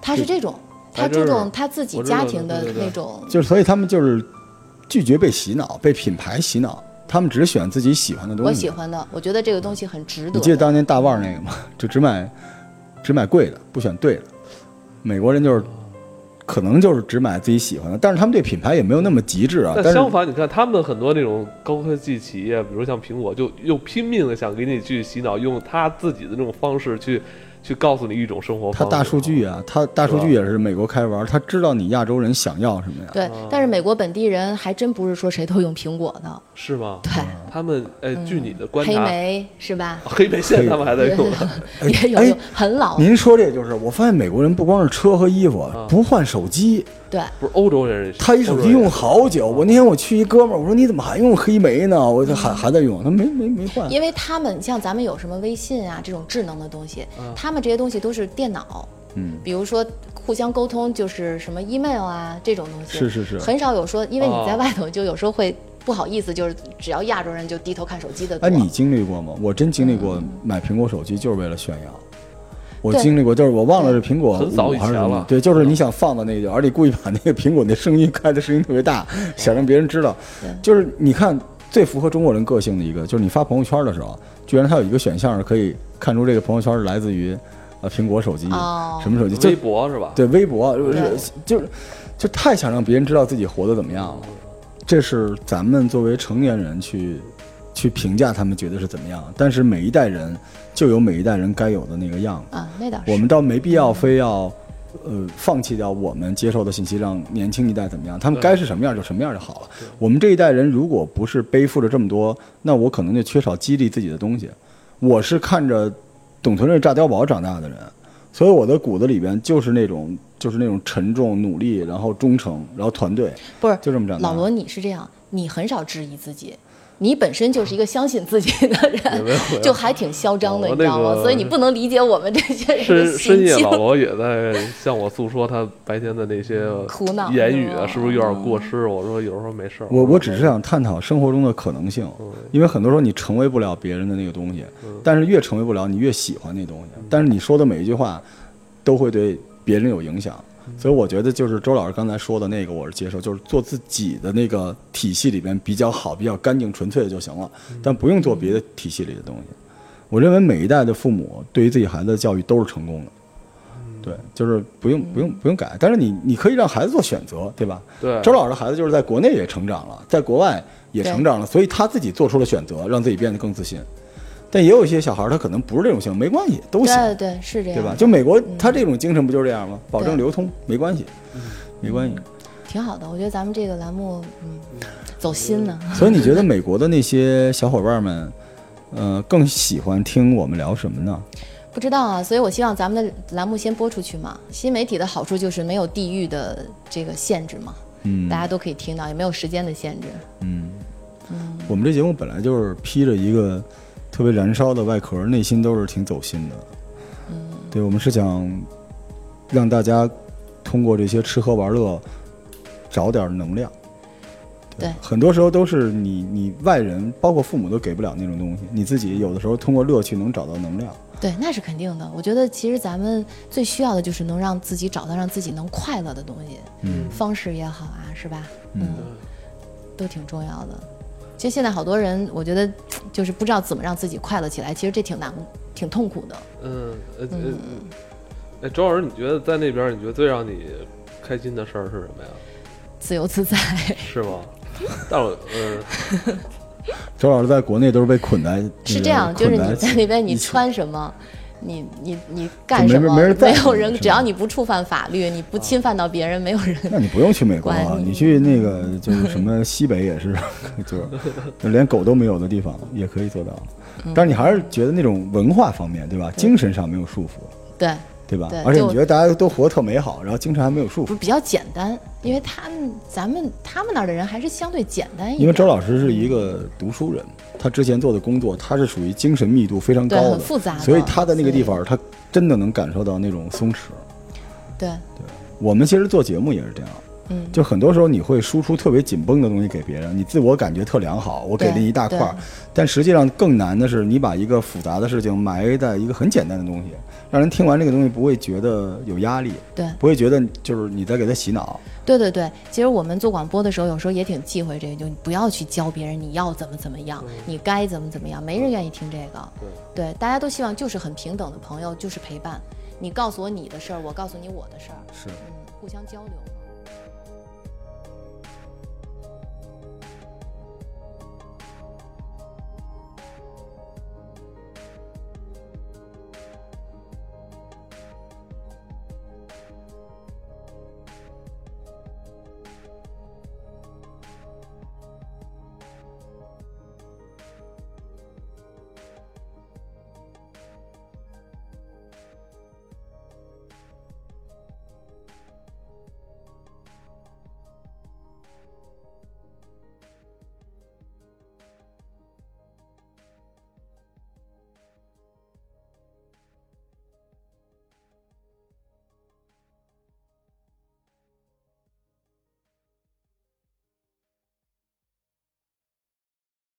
[SPEAKER 3] 他是这种，他
[SPEAKER 2] 还真
[SPEAKER 3] 注
[SPEAKER 2] 是
[SPEAKER 3] 重他自己
[SPEAKER 2] 我知道
[SPEAKER 3] 家
[SPEAKER 2] 对
[SPEAKER 3] 庭的
[SPEAKER 2] 对对
[SPEAKER 3] 那种。
[SPEAKER 4] 就是所以他们就是拒绝被洗脑、被品牌洗脑，他们只选自己喜欢的东西。
[SPEAKER 3] 我喜。欢的，我觉得这个东西很值
[SPEAKER 4] 你记
[SPEAKER 3] 得的。
[SPEAKER 4] 得当年大腕儿那个吗？ 就只买只买贵的，不选对的。美国人就是可能就是只买自己喜欢的，但是他们对品牌也没有那么极致啊。但
[SPEAKER 2] 但
[SPEAKER 4] 是
[SPEAKER 2] 相反，你看他们的很多那种高科技企业，比如像苹果，就又拼命的想给你去洗脑，用他自己的那种方式去去告诉你一种生活
[SPEAKER 4] 他
[SPEAKER 2] 方式。
[SPEAKER 4] 大数据啊，他大数据也是美国开玩儿，他知道你亚洲人想要什么呀。
[SPEAKER 3] 对，但是美国本地人还真不是说谁都用苹果的。
[SPEAKER 2] 是吗？
[SPEAKER 3] 对，
[SPEAKER 2] 他们哎，据你哦的观
[SPEAKER 3] 黑
[SPEAKER 2] 察，
[SPEAKER 3] 莓是吧？
[SPEAKER 2] 黑莓现在他们还在用呢。
[SPEAKER 3] 也有
[SPEAKER 4] 哎
[SPEAKER 3] 用，很老。
[SPEAKER 4] 您说这就是，我发现美国人不光是车和衣服，啊不换手机，
[SPEAKER 3] 对，
[SPEAKER 2] 不是欧洲人也是，
[SPEAKER 4] 他一手机用好久。我那天我去一哥们儿，我说你怎么还用黑莓呢？我就还还在用，他没没没换。
[SPEAKER 3] 因为他们像咱们有什么微信啊这种智能的东西，他们这些东西都是电脑，
[SPEAKER 4] 嗯，
[SPEAKER 3] 比如说互相沟通就是什么 email 啊这种东西，
[SPEAKER 4] 是是是
[SPEAKER 3] 很少有说，因为你
[SPEAKER 2] 哦
[SPEAKER 3] 在外头就有时候会不好意思，就是只要亚洲人就低头看手机的多。嗯
[SPEAKER 4] 哎，你经历过吗？我真经历过，买苹果手机就是为了炫耀。我
[SPEAKER 3] 对
[SPEAKER 4] 经历过，就是我忘了是苹果
[SPEAKER 2] 很早
[SPEAKER 4] 五
[SPEAKER 2] 以
[SPEAKER 4] 还是
[SPEAKER 2] 前
[SPEAKER 4] 什么
[SPEAKER 2] 了
[SPEAKER 4] 对，就是你想放到那个，而且故意把那个苹果那声音开的声音特别大，想让别人知道。就是你看最符合中国人个性的一个，就是你发朋友圈的时候，居然它有一个选项是可以看出这个朋友圈是来自于呃苹果手机、
[SPEAKER 3] 哦
[SPEAKER 4] 什么手机，就
[SPEAKER 2] 微博是吧？
[SPEAKER 4] 对微博，就是就是就太想让别人知道自己活得怎么样了。这是咱们作为成年人去去评价他们觉得是怎么样，但是每一代人就有每一代人该有的那个样子。
[SPEAKER 3] 啊，那倒是。
[SPEAKER 4] 我们倒没必要非要呃放弃掉我们接受的信息，让年轻一代怎么样，他们该是什么样就什么样就好了。我们这一代人如果不是背负着这么多，那我可能就缺少激励自己的东西。我是看着董存瑞炸碉堡长大的人，所以我的骨子里边就是那种就是那种沉重、努力，然后忠诚，然后团队，
[SPEAKER 3] 不是
[SPEAKER 4] 就这么
[SPEAKER 2] 啊
[SPEAKER 4] 长大
[SPEAKER 3] 老罗，你是这样，你很少质疑自己，你本身就是一个相信自己的
[SPEAKER 2] 也没有没有
[SPEAKER 3] 人，就还挺嚣张的，
[SPEAKER 2] 我
[SPEAKER 3] 你知道
[SPEAKER 2] 那
[SPEAKER 3] 吗？
[SPEAKER 2] 个
[SPEAKER 3] 所以你不能理解我们这些人
[SPEAKER 2] 深
[SPEAKER 3] 的
[SPEAKER 2] 深
[SPEAKER 3] 心
[SPEAKER 2] 夜，老
[SPEAKER 3] 情。
[SPEAKER 2] 罗也在向我诉说他白天的那些
[SPEAKER 3] 苦恼
[SPEAKER 2] 言语啊，
[SPEAKER 3] 嗯
[SPEAKER 2] 是不是有点过失？我说有时候嗯没事儿。
[SPEAKER 4] 我我只是想探讨生活中的可能性，因为很多时候你成为不了别人的那个东西，
[SPEAKER 2] 嗯
[SPEAKER 4] 但是越成为不了，你越喜欢那东西。但是你说的每一句话，都会对别人有影响。
[SPEAKER 2] 嗯
[SPEAKER 4] 所以我觉得就是周老师刚才说的那个，我是接受，就是做自己的那个体系里边比较好、比较干净、纯粹的就行了，
[SPEAKER 2] 嗯
[SPEAKER 4] 但不用做别的体系里的东西。我认为每一代的父母对于自己孩子的教育都是成功的，
[SPEAKER 2] 嗯
[SPEAKER 4] 对，就是不用不用不用改，但是你你可以让孩子做选择，对吧？
[SPEAKER 2] 对
[SPEAKER 4] 周老师的孩子就是在国内也成长了，在国外也成长了，所以他自己做出了选择，让自己变得更自信。但也有一些小孩儿他可能不是这种性，没关系，都行，
[SPEAKER 3] 对对，是这样，
[SPEAKER 4] 对啊嗯吧？就美国他这种精神不就是这样吗？保证流通，没关系，没关系。
[SPEAKER 3] 挺好的。我觉得咱们这个栏目，嗯，走心呢。
[SPEAKER 4] 所以你觉得美国的那些小伙伴们，呃，更喜欢听我们聊什么呢？
[SPEAKER 3] 不知道啊，所以我希望咱们的栏目先播出去嘛。新媒体的好处就是没有地域的这个限制嘛，
[SPEAKER 4] 嗯
[SPEAKER 3] 大家都可以听到，也没有时间的限制。
[SPEAKER 4] 嗯，我们这节目本来就是披着一个特别燃烧的外壳，内心都是挺走心的。嗯，对，我们是想让大家通过这些吃喝玩乐找点能量。
[SPEAKER 3] 对
[SPEAKER 4] 很多时候都是你你外人，包括父母都给不了那种东西，你自己有的时候通过乐趣能找到能量。
[SPEAKER 3] 对，那是肯定的。我觉得其实咱们最需要的就是能让自己找到让自己能快乐的东西，
[SPEAKER 4] 嗯
[SPEAKER 3] 方式也好啊，是吧？嗯，都挺重要的。其实现在好多人，我觉得就是不知道怎么让自己快乐起来，其实这挺难、挺痛苦的。
[SPEAKER 2] 嗯呃呃，哎，周老师，你觉得在那边，你觉得最让你开心的事儿是什么呀？
[SPEAKER 3] 自由自在，
[SPEAKER 2] 是吗？但我嗯，
[SPEAKER 4] 周老师在国内都是被捆在
[SPEAKER 3] 是这
[SPEAKER 4] 嗯
[SPEAKER 3] 样，就是你在那边你
[SPEAKER 4] 穿。
[SPEAKER 3] 穿什么，你你你干
[SPEAKER 4] 没
[SPEAKER 3] 什么，
[SPEAKER 4] 没人在乎
[SPEAKER 3] 有
[SPEAKER 4] 你
[SPEAKER 3] 人
[SPEAKER 4] 是，吧
[SPEAKER 3] 只要你不触犯法律，你不侵犯到别人，没有人
[SPEAKER 4] 那你不用去美国啊，
[SPEAKER 3] 管你
[SPEAKER 4] 你去那个就是 什么西北也是， 就是就连狗都没有的地方也可以做到。
[SPEAKER 3] 嗯
[SPEAKER 4] 但是你还是觉得那种文化方面，对吧？精神上没有束缚，
[SPEAKER 3] 对。
[SPEAKER 4] 对吧
[SPEAKER 3] 对？
[SPEAKER 4] 而且你
[SPEAKER 3] 就
[SPEAKER 4] 觉得大家都活得特美好，然后精神还没有束
[SPEAKER 3] 不
[SPEAKER 4] 缚
[SPEAKER 3] 是。比较简单，因为他们咱们他们那儿的人还是相对简单一点，
[SPEAKER 4] 因为周老师是一个读书人，他之前做的工作，他是属于精神密度非常高
[SPEAKER 3] 对
[SPEAKER 4] 的，
[SPEAKER 3] 很复杂的
[SPEAKER 4] 所以他在那个地方
[SPEAKER 3] 所，
[SPEAKER 4] 他真的能感受到那种松弛。
[SPEAKER 3] 对，
[SPEAKER 4] 我们其实做节目也是这样，
[SPEAKER 3] 嗯，
[SPEAKER 4] 就很多时候你会输出特别紧绷的东西给别人，你自我感觉特良好，我给了你一大块儿
[SPEAKER 3] 对对，
[SPEAKER 4] 但实际上更难的是你把一个复杂的事情埋在一个很简单的东西，让人听完这个东西不会觉得有压力，
[SPEAKER 3] 对
[SPEAKER 4] 不会觉得就是你在给他洗脑。
[SPEAKER 3] 对对对，其实我们做广播的时候，有时候也挺忌讳这个，就你不要去教别人你要怎么怎么样，你该怎么怎么样，没人愿意听这个。对，大家都希望就是很平等的朋友，就是陪伴。你告诉我你的事儿，我告诉你我的事儿，
[SPEAKER 4] 是
[SPEAKER 3] 嗯，互相交流。